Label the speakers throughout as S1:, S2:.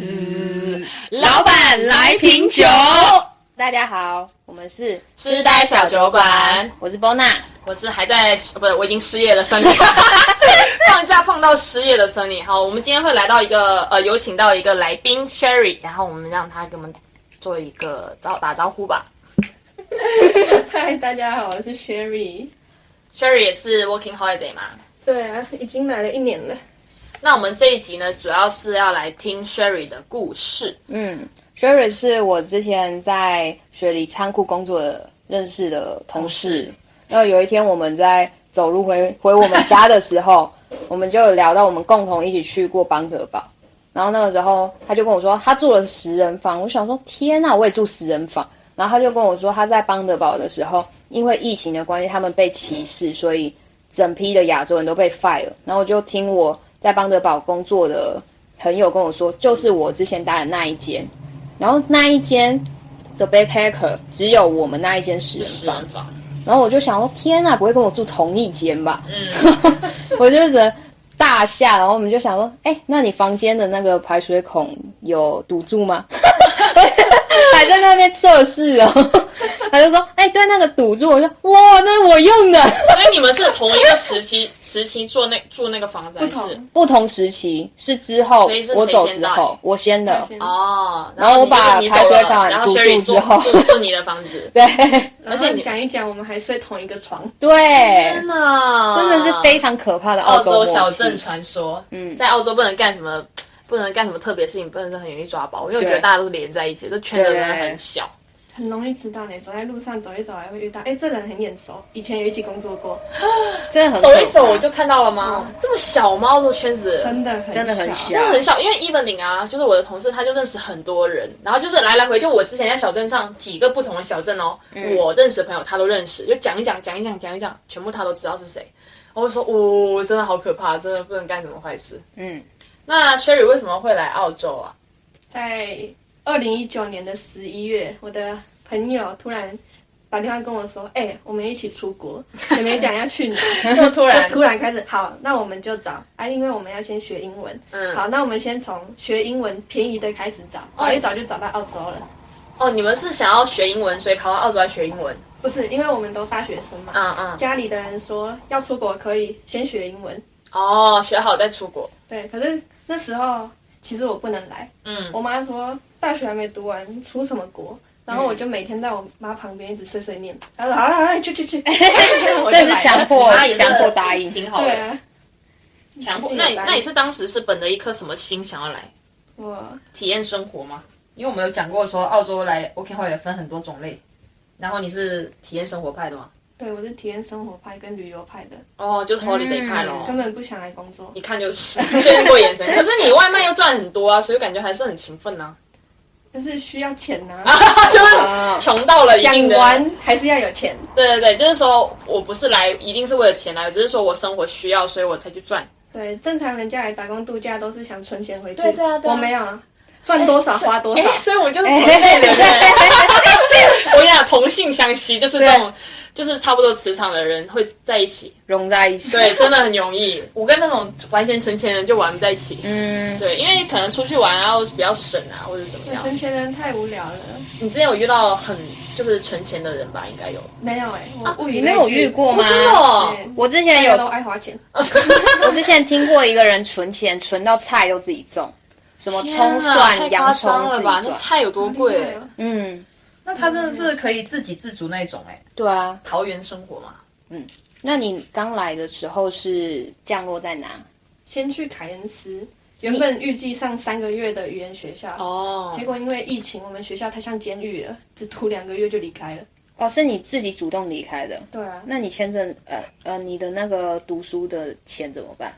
S1: 滋，老板来瓶酒。
S2: 大家好，我们是
S1: 痴呆小酒馆，
S2: 我是 Bona，
S1: 我是还在呃不是我已经失业了 Sunny，放假放到失业的 Sunny。好，我们今天会来到一个呃有请到一个来宾 Sherry，然后我们让他给我们做一个招打招呼吧。
S3: 嗨，大家好，我是 Sherry。
S1: Sherry 也是 Working Holiday 嘛，
S3: 对啊，已经来了一年了。
S1: 那我们这一集呢，主要是要来听 Sherry 的故事。
S2: 嗯，Sherry 是我之前在雪梨仓库工作的认识的同事。那有一天我们在走路回回我们家的时候， 我们就有聊到我们共同一起去过邦德堡，然后那个时候他就跟我说他住了十人房，我想说天呐，我也住十人房。然后他就跟我说他在邦德堡的时候，因为疫情的关系，他们被歧视，所以整批的亚洲人都被 fire。然后我就听我在邦德堡工作的朋友跟我说，就是我之前打的那一间，然后那一间的 backpacker 只有我们那一间十人
S1: 十
S2: 房
S1: 人。房，
S2: 然后我就想说，天呐，不会跟我住同一间吧？嗯， 我就整大吓，然后我们就想说，哎、那你房间的那个排水孔有堵住 吗？还在那边测试哦，他就说，哎、对，那个堵住，我就哇，那是我用的，
S1: 所以你们是同一个时期时期做那住那个房子还
S3: 不
S1: 是
S3: 同？
S2: 不同时期是之后
S1: 所以是谁
S2: 我走
S1: 先
S2: 之
S1: 到
S2: 后，我先的，
S1: 哦，
S2: 然后我
S1: 你
S2: 把
S1: 你走
S2: 排水
S1: 了
S2: 管
S1: 然后
S2: 堵住
S1: Sherry
S2: 之后，
S1: 住住住你的房子
S2: 对
S3: 而
S1: 且
S3: 且
S1: 你
S3: 讲一讲，我们还睡同一个床。
S2: 对，
S1: 天哪，
S2: 真的是非常可怕的
S1: 澳
S2: 洲
S1: 洲小
S2: 模式
S1: 镇传说。嗯，在澳洲不能干什么，不能干什么特别事情，不能很容易抓包，因为我觉得
S2: 对
S1: 大家都是连在一起，这圈子真的
S2: 对
S1: 很小。
S3: 很容易知道你走在路上走一走，还会遇到，哎、这人很眼熟，以前有一起工作过，
S2: 真的很
S1: 走一走
S2: 可怕
S1: 我就看到了吗？这么小吗？澳洲圈子
S3: 真的很
S2: 真的嗯很小
S3: 小。
S1: 真的很小，因为 Evening 啊，就是我的同事，他就认识很多人，然后就是来来回，就我之前在小镇上几个不同的小镇哦，
S2: 嗯
S1: 我认识的朋友他都认识，就讲一讲，讲一讲，讲一讲，全部他都知道是谁。我就说，哦，真的好可怕，真的不能干什么坏事。
S2: 嗯。
S1: 那 Sherry 为什么会来澳洲 啊？
S3: 在二零一九年的十一月，我的朋友突然打电话跟我说，哎、我们一起出 国，也没讲要 去哪，
S1: 这么突然
S3: 就突然开始，好，那我们就找啊，因为我们要先学英文，
S1: 嗯
S3: 好，那我们先从学英文便宜的开始找，
S2: 哦
S3: 找一找就找到澳洲了。
S1: 哦，你们是想要学英文，所以跑到澳洲来学英文。
S3: 不是，因为我们都大学生嘛，
S2: 啊
S1: 嗯嗯。
S3: 家里的人说要出国可以先学英文，
S1: 哦，学好再出国。
S3: 对，可是那时候其实我不能来，
S1: 嗯。
S3: 我妈说大学还没读完，出什么国？然后我就每天在我妈旁边一直碎碎念， 她说好了好了，去去去，我
S2: 这
S3: 就来
S2: 是
S3: 了
S2: 强迫
S1: 你妈也是
S2: 强迫答应，
S1: 挺好
S3: 对
S1: 的，
S3: 啊，
S1: 强迫。
S3: 对啊
S1: 那你
S3: 当然
S1: 那你是当时是本着一颗什么心想要来
S3: 我
S1: 体验生活吗？因为我们有讲过说澳洲来 OK 会也分很多种类，然后你是体验生活派的吗？
S3: 对啊我是体验生活派跟旅游派的，
S1: 哦，就是 holiday 派咯。
S3: 根本不想来工作。
S1: 一看就是，确认过眼神。 可是你外卖又赚很多啊，所以感觉还是很勤奋啊呐、
S3: 就是需要钱呐、
S1: 啊， 就是穷到了一
S3: 想
S1: 定的。
S3: 玩还是要有钱。
S1: 对对对，就是说我不是来一定是为了钱来，只是说我生活需要，所以我才去赚。
S3: 对，正常人家来打工度假都是想存钱回去。
S1: 对对啊对啊
S3: 我没有啊，赚多少花多少。
S1: 所以我就是同类人。 我跟你讲，同性相吸就是这种，就是差不多磁场的人会在一起。
S2: 融在一起。
S1: 对，真的很容易。我跟那种完全存钱人就玩不在一起。
S2: 嗯，
S1: 对，因为可能出去玩然后比较省啊，或者怎么样。
S3: 存钱人太无聊了，
S1: 你之前有遇到很就是存钱的人吧？应该有。
S3: 没有哎、我物以
S2: 啊你
S3: 类
S2: 没有
S3: 聚
S2: 遇，过
S1: 我
S2: 吗？
S1: 真的哦，
S3: 对
S2: 我之前
S3: 大家都
S2: 有，啊
S3: 爱花钱，
S2: 我之前听过一个人存钱存到菜都自己种，什么葱蒜、
S1: 天啊
S2: 洋
S1: 太夸张
S2: 葱自
S1: 了
S2: 己
S1: 吧？
S2: 种
S1: 那。菜有多贵？
S3: 对啊
S2: 嗯，
S1: 那他真的是可以自给自足那一种哎、
S2: 对啊。
S1: 桃园生活嘛。
S2: 那你刚来的时候是降落在哪？
S3: 先去凯恩斯，原本预计上三个月的语言学校，
S1: 哦
S3: 结果因为疫情，我们学校太像监狱了，只读两个月就离开了。
S2: 哦，是你自己主动离开的。
S3: 对啊，
S2: 那你签证，呃呃，你的那个读书的钱怎么办？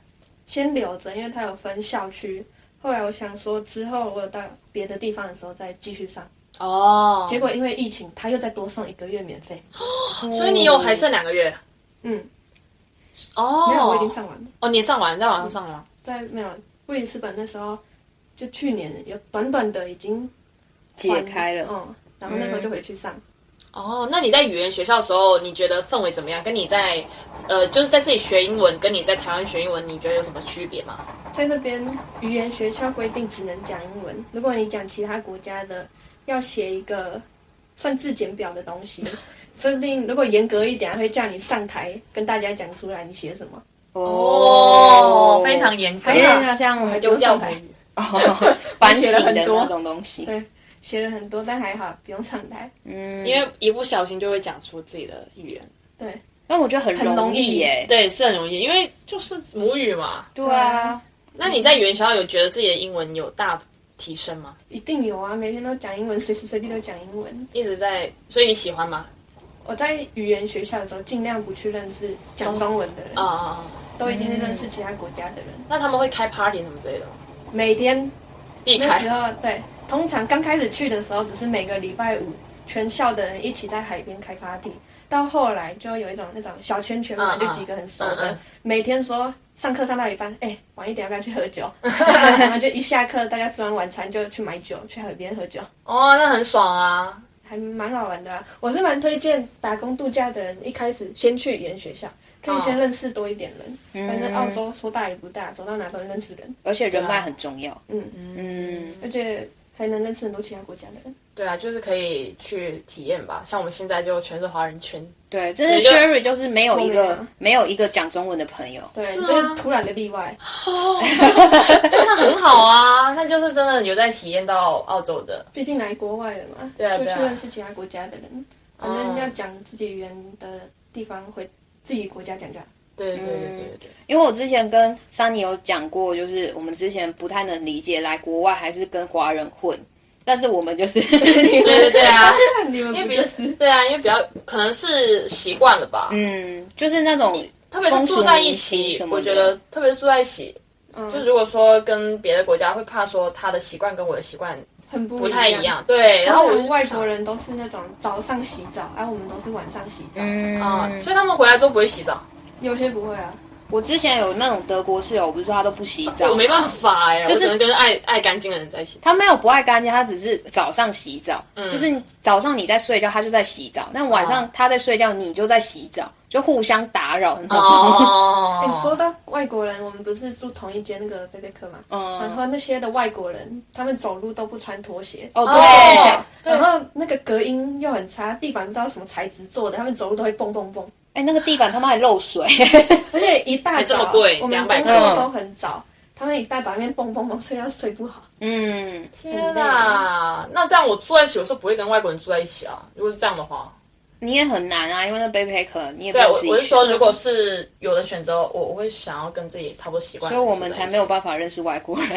S3: 先留着，因为它有分校区。后来我想说，之后我有到别的地方的时候再继续上。
S1: 哦，
S3: 结果因为疫情，他又再多送一个月免费。
S1: 所以你有还剩两个月
S3: 嗯，
S1: 哦？
S3: 没有，我已经上完了。
S1: 哦，你上完在网上上了吗？
S3: 在没有布里斯本那时候，就去年有短短的已经
S2: 解开了？
S1: 嗯
S3: 嗯，然后那时候就回去上。
S1: 哦，那你在语言学校的时候，你觉得氛围怎么样？跟你在呃，就是在这里学英文，跟你在台湾学英文，你觉得有什么区别吗？
S3: 在这边语言学校规定只能讲英文，如果你讲其他国家的，要写一个算质检表的东西，说不定如果严格一点，还会叫你上台跟大家讲出来你写什么。
S1: 哦，非常严格
S2: 有，点像
S3: 丢上台，
S2: 哦 反省
S3: 写了
S2: 的
S3: 很多
S2: 那种 东西。
S3: 对，写了很多，但还好不用上台。
S2: 嗯，
S1: 因为一不小心就会讲出自己的语言。
S3: 对，
S2: 那我觉得很
S3: 很容
S2: 容易
S3: 易
S2: 耶。
S1: 对，是很容易，因为就是母语嘛。
S2: 对啊，
S1: 那你在语言学校有觉得自己的英文有大提升吗？
S3: 一定有啊，每天都讲英文，随时随地都讲英文。
S1: 一直在，所以你喜欢吗？
S3: 我在语言学校的时候，尽量不去认识讲中文的人，
S1: 啊、啊啊！
S3: 都一定是认识其他国家的人。
S1: 那他们会开 party 什么之类的吗？
S3: 每天
S1: 避
S3: 那
S1: 开
S3: 时候对，通常刚开始去的时候，只是每个礼拜五全校的人一起在海边开 party。到后来就有一种那种小圈圈嘛，
S1: 嗯嗯
S3: 就几个很熟
S1: 嗯
S3: 的，
S1: 嗯
S3: 每天说上课上到一半，哎、晚一点要不要去喝 酒？然后就一下课，大家吃完晚餐就去买酒，去海边喝酒，
S1: 哦，那很爽啊！
S3: 还蛮好玩的、啊。我是蛮推荐打工度假的人，一开始先去语言学校，可以
S1: 哦
S3: 先认识多一点人。
S1: 嗯
S3: 反正澳洲说大也不大，走到哪都能认识人，
S2: 而且人
S1: 啊
S2: 脉很重要。
S3: 嗯
S2: 嗯，
S3: 而且还能认识很多其他国家的人。
S1: 对啊，就是可以去体验吧。像我们现在就全是华人圈，
S2: 对，真的
S1: 所以就
S2: Sherry 就是没有一
S3: 我没
S2: 个
S3: 有
S2: 没有一个讲中文的朋友。
S3: 对，
S1: 是吗
S3: 这是突然的例外。
S1: 那很好啊。那就是真的有在体验到澳洲的
S3: 毕竟来国外了嘛，
S1: 对啊
S3: 就
S1: 对啊哦
S3: 去认识其他国家的人。反正要讲自己语言的地方，回自己国家讲就好。
S1: 对对对对对，
S2: 因为我之前跟桑尼有讲过，就是我们之前不太能理解来国外还是跟华人混，但是我们 就是
S1: 对对对啊，
S3: 那 你们
S1: 因为
S3: 不
S1: 比
S3: 就
S1: 较
S3: 是
S1: 对啊，因为比较可能是习惯了吧，
S2: 嗯，就是那种
S1: 特别是住在一起，我
S2: 风俗民情什么的嗯
S1: 觉得特别是住在一起，就如果说跟别的国家会怕说他的习惯跟我的习惯
S3: 很不
S1: 不太
S3: 一
S1: 一。样，对，然后我就
S3: 通常外国人都是那种早上洗澡，而、我们都是晚上洗澡。
S2: 嗯
S1: 啊，所以他们回来之后不会洗澡，
S3: 有些不会啊，
S2: 我之前有那种德国室友，我不是说他都不洗澡，
S1: 我没办法哎，我
S2: 就是
S1: 只能跟爱爱干净的人在一起。
S2: 他没有不爱干净，他只是早上洗澡，
S1: 嗯
S2: 就是你早上你在睡觉，他就在洗澡；但晚
S1: 哦
S2: 上他在睡觉，你就在洗澡，就互相打扰那种。
S1: 哦
S2: 哎
S3: 你、说到外国人，我们不是住同一间那个贝贝克嘛？
S1: 哦
S2: 嗯
S3: 然后那些的外国人，他们走路都不穿拖鞋。
S2: 哦，
S1: 哦
S2: 对，
S3: 然后那个隔音又很差，地板不知道什么材质做的，他们走路都会蹦蹦蹦。
S2: 哎，那个地板他妈还漏水，
S3: 而且一大
S1: 还这
S3: 早
S1: 么贵
S3: 我们
S1: 200
S3: 工
S1: 块
S3: 作都很早，他们一大早那边蹦蹦蹦睡觉睡不好，
S2: 嗯，
S1: 天哪，那这样我住在一起，有时候不会跟外国人住在一起啊。如果是这样的话，
S2: 你也很难啊，因为那背背壳你也不
S1: 对
S2: 能
S1: 我
S2: 自己
S1: 我是
S2: 选啊
S1: 说，如果是有的选择，我我会想要跟自己差不多习惯的
S2: 所
S1: 人
S2: 以我
S1: 住在
S2: 们
S1: 一起，
S2: 才没有办法认识外国 人。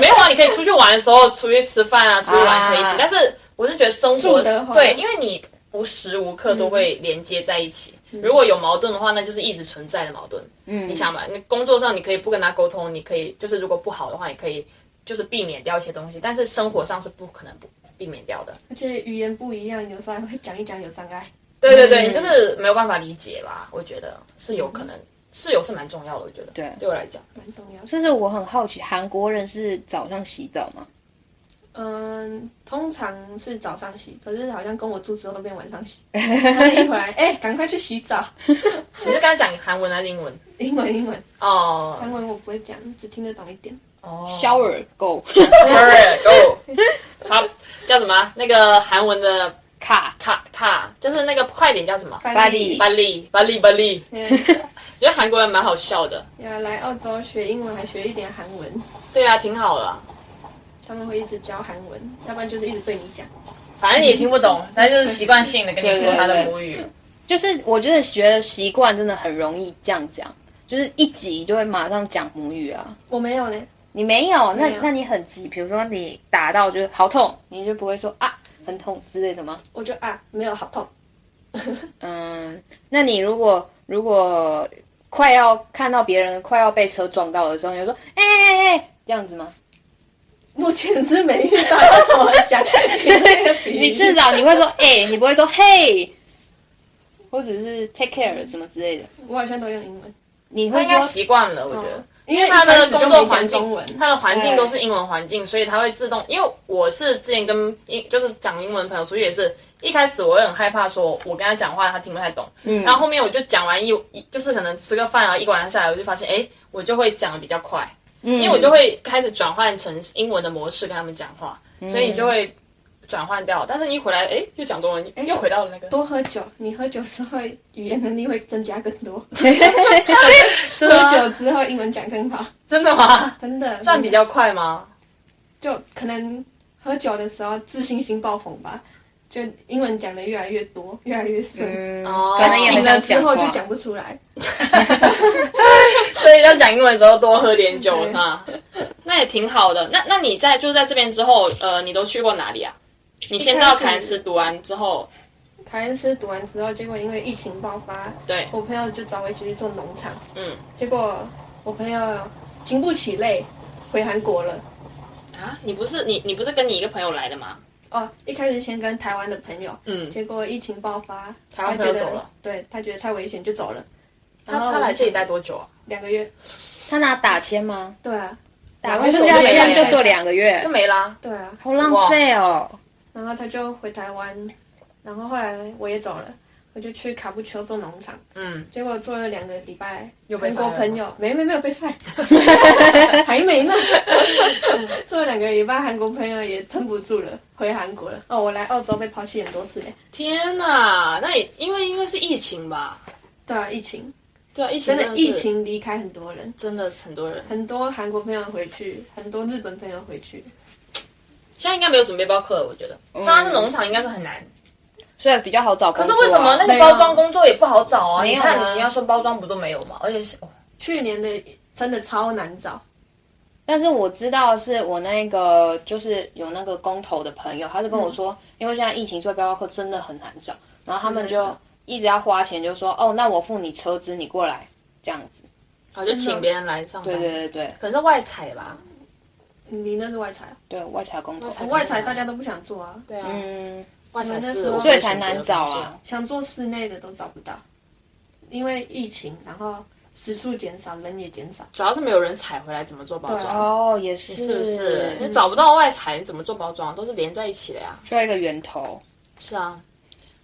S1: 没有啊，你可以出去玩的时候，出去吃饭啊，出去玩可以一起。
S2: 啊
S1: 但是我是觉得生活
S3: 住的话
S1: 对，因为你无时无刻都会连接在一起。
S3: 嗯
S1: 如果有矛盾的话，那就是一直存在的矛盾。嗯，你想嘛，你工作上你可以不跟他沟通，你可以就是如果不好的话，你可以就是避免掉一些东西，但是生活上是不可能不避免掉的。
S3: 而且语言不一样，有时候还会讲一讲有障碍。
S1: 对对对，你就是没有办法理解吧？我觉得是有可能，室友是蛮重要的。我觉得
S2: 对
S1: 对我来讲，
S3: 蛮重要的，
S2: 就是我很好奇，韩国人是早上洗澡吗？
S3: 嗯，通常是早上洗，可是好像跟我住之后都变晚上洗。他们一回来，哎、赶快去洗澡。
S1: 你是刚才讲韩文还是英文？
S3: 英文，英文，
S1: 哦
S3: 韩文我不会讲，只听得懂一点。
S1: 哦，
S2: shower go
S1: Sure, go。好，叫什么？那个韩文的
S2: 卡
S1: 卡卡，就是那个快点叫什么？
S3: 翻
S2: 译
S3: 译。
S1: 巴利巴利巴利。
S3: 对
S1: 觉得韩国人蛮好笑的。
S3: 呀，哎来澳洲学英文还学一点韩文，
S1: 对啊，挺好的。
S3: 他们会一直教韩文，要不然就是一直对你讲。
S1: 反正你也听不懂，但就是习惯性的跟你说他的母语。
S2: 就是我觉得学的习惯真的很容易这样讲，就是一急就会马上讲母语啊。
S3: 我没有呢，
S2: 你没有，那
S3: 没有
S2: 那你很急，比如说你打到就是好痛，你就不会说啊很痛之类的吗？
S3: 我就啊，没有好痛。
S2: 嗯，那你如果如果快要看到别人快要被车撞到的时候，你就说哎哎哎这样子吗？
S3: 目前是没遇到，要怎么讲？
S2: 你至少你会说哎、你不会说嘿，或者是 take care 什么之类的，
S3: 我好像都用英文，
S2: 你
S1: 他
S2: 会
S1: 应该
S2: 说
S1: 习惯了，我觉得
S3: 嗯。因为
S1: 他
S3: 一开
S1: 的
S3: 始就
S1: 工作环
S3: 没讲
S1: 境
S3: 中文，
S1: 他的环境
S2: 对
S1: 都是英文环境，所以他会自动。因为我是之前跟英就是讲英文的朋友出去也是，一开始我会很害怕，说我跟他讲话他听不太懂。嗯，然后后面我就讲完一一就是可能吃个饭啊，一晚上下来，我就发现哎、诶我就会讲的比较快，
S3: 嗯
S1: 因为我就会开始转换成英文的模式跟他们讲话，
S3: 嗯
S1: 所以你就会转换掉。但是你一回来哎、诶又讲中文，又回到了那个。
S3: 多喝酒，你喝酒之后语言能力会增加更多，
S1: 真
S3: 喝酒之后英文讲更好，
S1: 真的吗？
S3: 真的
S1: 算比较快吗？
S3: 就可能喝酒的时候自信心爆棚吧，就英文讲的越来越多，越来越顺。
S1: 哦，
S2: 可能也
S3: 醒
S2: 没
S3: 了
S2: 想
S3: 之
S2: 讲
S3: 后
S2: 话
S3: 就讲不出来，
S1: 所以要讲英文的时候多喝点酒
S3: 对
S1: 那那也挺好的。那那你在就是在这边之后，呃，你都去过哪里啊？你先到凯恩斯读完之后，
S3: 凯恩斯读完之后，结果因为疫情爆发，
S1: 对，
S3: 我朋友就找我一起去做农场，
S1: 嗯
S3: 结果我朋友经不起累，回韩国了。
S1: 啊，你不是你你不是跟你一个朋友来的吗？
S3: 哦，一开始先跟台湾的朋友，
S1: 嗯，
S3: 结果疫情爆发，
S1: 台湾
S3: 他
S1: 朋友
S3: 觉得
S1: 走了，
S3: 对他觉得太危险就走了。
S1: 他
S3: 然后
S1: 他
S3: 我
S1: 来
S3: 就
S1: 这里待多久啊？
S3: 两个月，
S2: 他拿打签吗？
S3: 对啊，
S2: 打
S1: 工
S2: 工
S1: 就
S2: 就是是
S1: 要
S2: 要
S1: 签
S2: 签，
S1: 就
S2: 就
S1: 做
S2: 做两个月
S1: 就，没啦。
S3: 对啊，
S2: 好浪费哦。
S3: 然后他就回台湾，然后后来我也走了，我就去卡布丘做农场，
S1: 嗯，
S3: 结果做了两个礼拜，
S1: 有被
S3: 韩国
S1: fire
S3: 朋友没没没有被 f 还没呢， 做了两个礼拜，韩国朋友也撑不住了，回韩国了。哦，我来澳洲被抛弃很多次耶，
S1: 天哪，那也因为因为是疫情吧？
S3: 对啊，疫情
S1: 对啊，疫情
S3: 真
S1: 真
S3: 的
S1: 的是
S3: 疫情离开很多人，
S1: 真的很多人，
S3: 很多韩国朋友回去，很多日本朋友回去，
S1: 现在应该没有什么背包客了，我觉得。
S2: 嗯
S1: 虽然是农场，应该是很
S2: 啊
S1: 难。
S2: 所以比较好找
S1: 可
S2: 工
S1: 是
S2: 作啊。
S1: 为什么那个
S3: 没有
S1: 包装工作也不好找啊？
S2: 没
S1: 你
S2: 有啊
S1: 看你要说包装不都没有吗？而且是。哦
S3: 去年的真的超难找，
S2: 但是我知道是我那个就是有那个工头的朋友，他就跟
S1: 嗯
S2: 我说，因为现在疫情，所以背包客真的很难找，然后他
S1: 嗯
S2: 们
S3: 很难
S2: 就
S3: 找
S2: 一直要花钱，就说哦，那我付你车资，你过来这样子。
S1: 啊，就请别人来上班。
S2: 对对对对
S1: 可能是外采吧。
S3: 你那是外采啊，
S2: 对，外采
S1: 嗯
S2: 工头，
S3: 外采大家都不想做啊，
S1: 对啊，
S2: 嗯，
S1: 外采
S3: 那
S1: 是
S3: 时候
S1: 我
S2: 所
S1: 会
S2: 以
S1: 选择的
S2: 才
S1: 工作，
S2: 难找啊。
S3: 想做室内的都找不到，因为疫情，然后时数减少，人也减少。
S1: 主要是没有人采回来，怎么做包
S3: 对
S1: 装？
S3: 啊
S2: 哦，也是，嗯
S1: 是不是？你找不到外采，你怎么做包装？都是连在一起的呀。
S2: 需要一个源头？
S1: 是啊。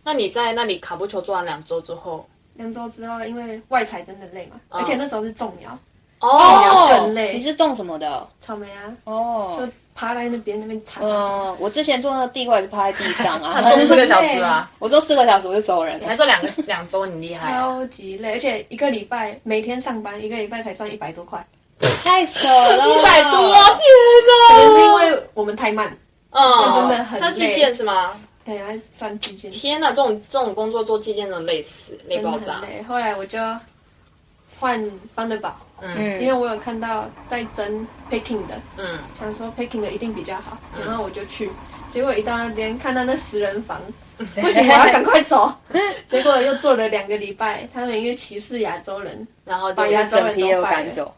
S1: 那你在那里卡布丘做完两周之后，
S3: 两周之后，因为外采真的累嘛，而且那时候是种苗，
S1: 哦
S3: 更累
S2: 你是种什么的？
S3: 草莓啊，
S2: 哦，
S3: 爬来那边那边采。
S2: 嗯，我之前做那个地瓜也是趴在地上 啊，
S1: 做四个小时啊，
S2: 我做四个小时我就走人
S1: 你
S2: 了
S1: 还。做两个两周，你厉害啊。
S3: 超级累，而且一个礼拜每天上班，一个礼拜才赚一百多块，
S2: 太扯了，
S1: 一百多，
S3: 可能
S1: 天
S3: 是
S1: 哪！
S3: 因为我们太慢。
S1: 嗯，
S3: 真的很累
S1: 他寄件是吗？
S3: 对啊，算几件，
S1: 天哪，这种这种工作做寄件真的累死，累
S3: 真的
S1: 爆
S3: 很
S1: 炸。
S3: 累。后来我就换邦德堡，
S1: 嗯
S3: 因
S2: 嗯
S3: 为我有看到在争 picking 的，
S1: 嗯，
S3: 想说 picking 的一定比较好，然后我就去，结果一到那边看到那十人房， 不行，我要赶快走。 结果又做了两个礼拜，他们因为歧视亚洲人，
S1: 然后就
S3: 把牙
S2: 整批都赶走。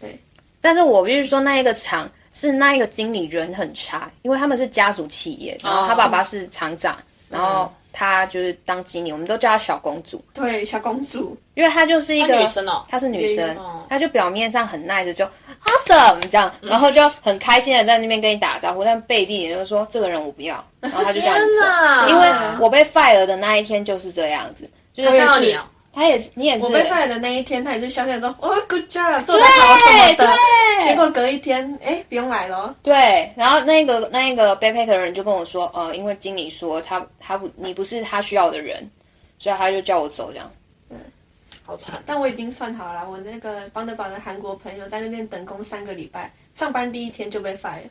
S3: 对，
S2: 但是我必须说，那一个厂是那一个经理人很差，因为他们是家族企业，然后他爸
S1: 哦
S2: 爸是厂长，然后他就是当经理，我们都叫他小公主，
S3: 对小公主，
S2: 因为她就是一
S1: 那
S2: 个
S1: 女生哦，
S2: 她是女
S3: 也
S2: 生
S1: 有哦，嗯
S2: 她就表面上很 nice，就 awesome 这样，然后就很开心的在那边跟你打招呼，但背地里就说这个人我不要，然后他就这样
S1: 天啊哪
S2: 走。因为我被 fire 的那一天就是这样子，就是
S1: 看到你啊，
S2: 他也是你也是，
S3: 我被 fire 的那一天，他也是笑笑说，哦，good job，做得好什么的。
S2: 对
S3: 结果隔一天，哎，不用来了，
S2: 对，然后那个那个背 a 的人就跟我说，呃，因为经理说他他不你不是他需要的人，所以他就叫我走这样。
S1: 好惨。
S3: 但我已经算好了，我那个邦德堡的韩国朋友在那边等工三个礼拜，上班第一天就被 fire。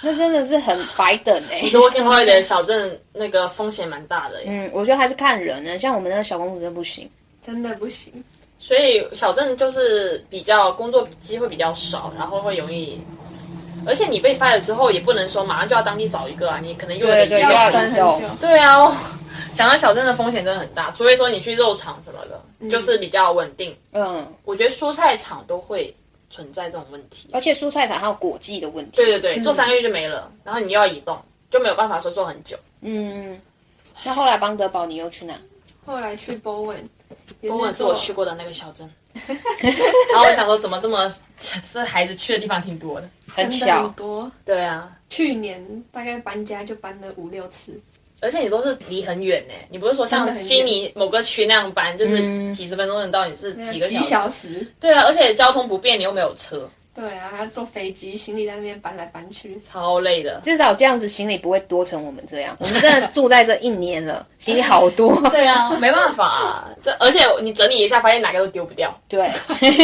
S2: 那真的是很白等 哎、
S1: 就 working holiday 小镇那个风险蛮大的耶，
S2: 嗯，我觉得还是看人呢，像我们那个小公主真的不行。
S3: 真的不行，
S1: 所以小镇就是比较工作机会比较少，然后会容易，而且你被 fire 之后也不能说马上就要当地找一个啊，你可能又得
S2: 对对
S1: 要
S2: 又
S3: 要
S2: 要
S3: 等很
S2: 移
S3: 久。
S2: 动
S1: 对啊，我想到小镇的风险真的很大，除非说你去肉场什么的，就是比较稳定。
S2: 嗯，
S1: 我觉得蔬菜厂都会存在这种问题。
S2: 而且嗯蔬菜厂还有果季的问题。
S1: 对对对，做三个月就没了，然后你又要移动，就没有办法说做很久。
S2: 嗯，那后来邦德堡你又去哪？
S3: 后来去 Bowen，也
S1: 波
S3: 是
S1: 文是我去过的那个小镇，然后我想说，怎么这么这孩子去的地方挺多的？
S2: 很
S3: 真的
S2: 巧
S3: 很，多。
S1: 对啊，
S3: 去年大概搬家就搬了五六次，
S1: 而且你都是离很远呢，你不是说
S3: 真
S1: 像
S3: 的很
S1: 悉尼某个区那样搬，就是几十分钟能到，你是几个
S3: 几
S1: 小时？
S3: 小时。
S1: 对啊，而且交通不便，你又没有车，
S3: 对啊，还要坐飞机，行李在那边搬来搬去。
S1: 超累的。
S2: 至少这样子行李不会多成我们这样。我们真的住在这一年了，行李好多。
S1: 对啊，没办法、 这而且你整理一下，发现哪个都丢不掉，
S2: 对，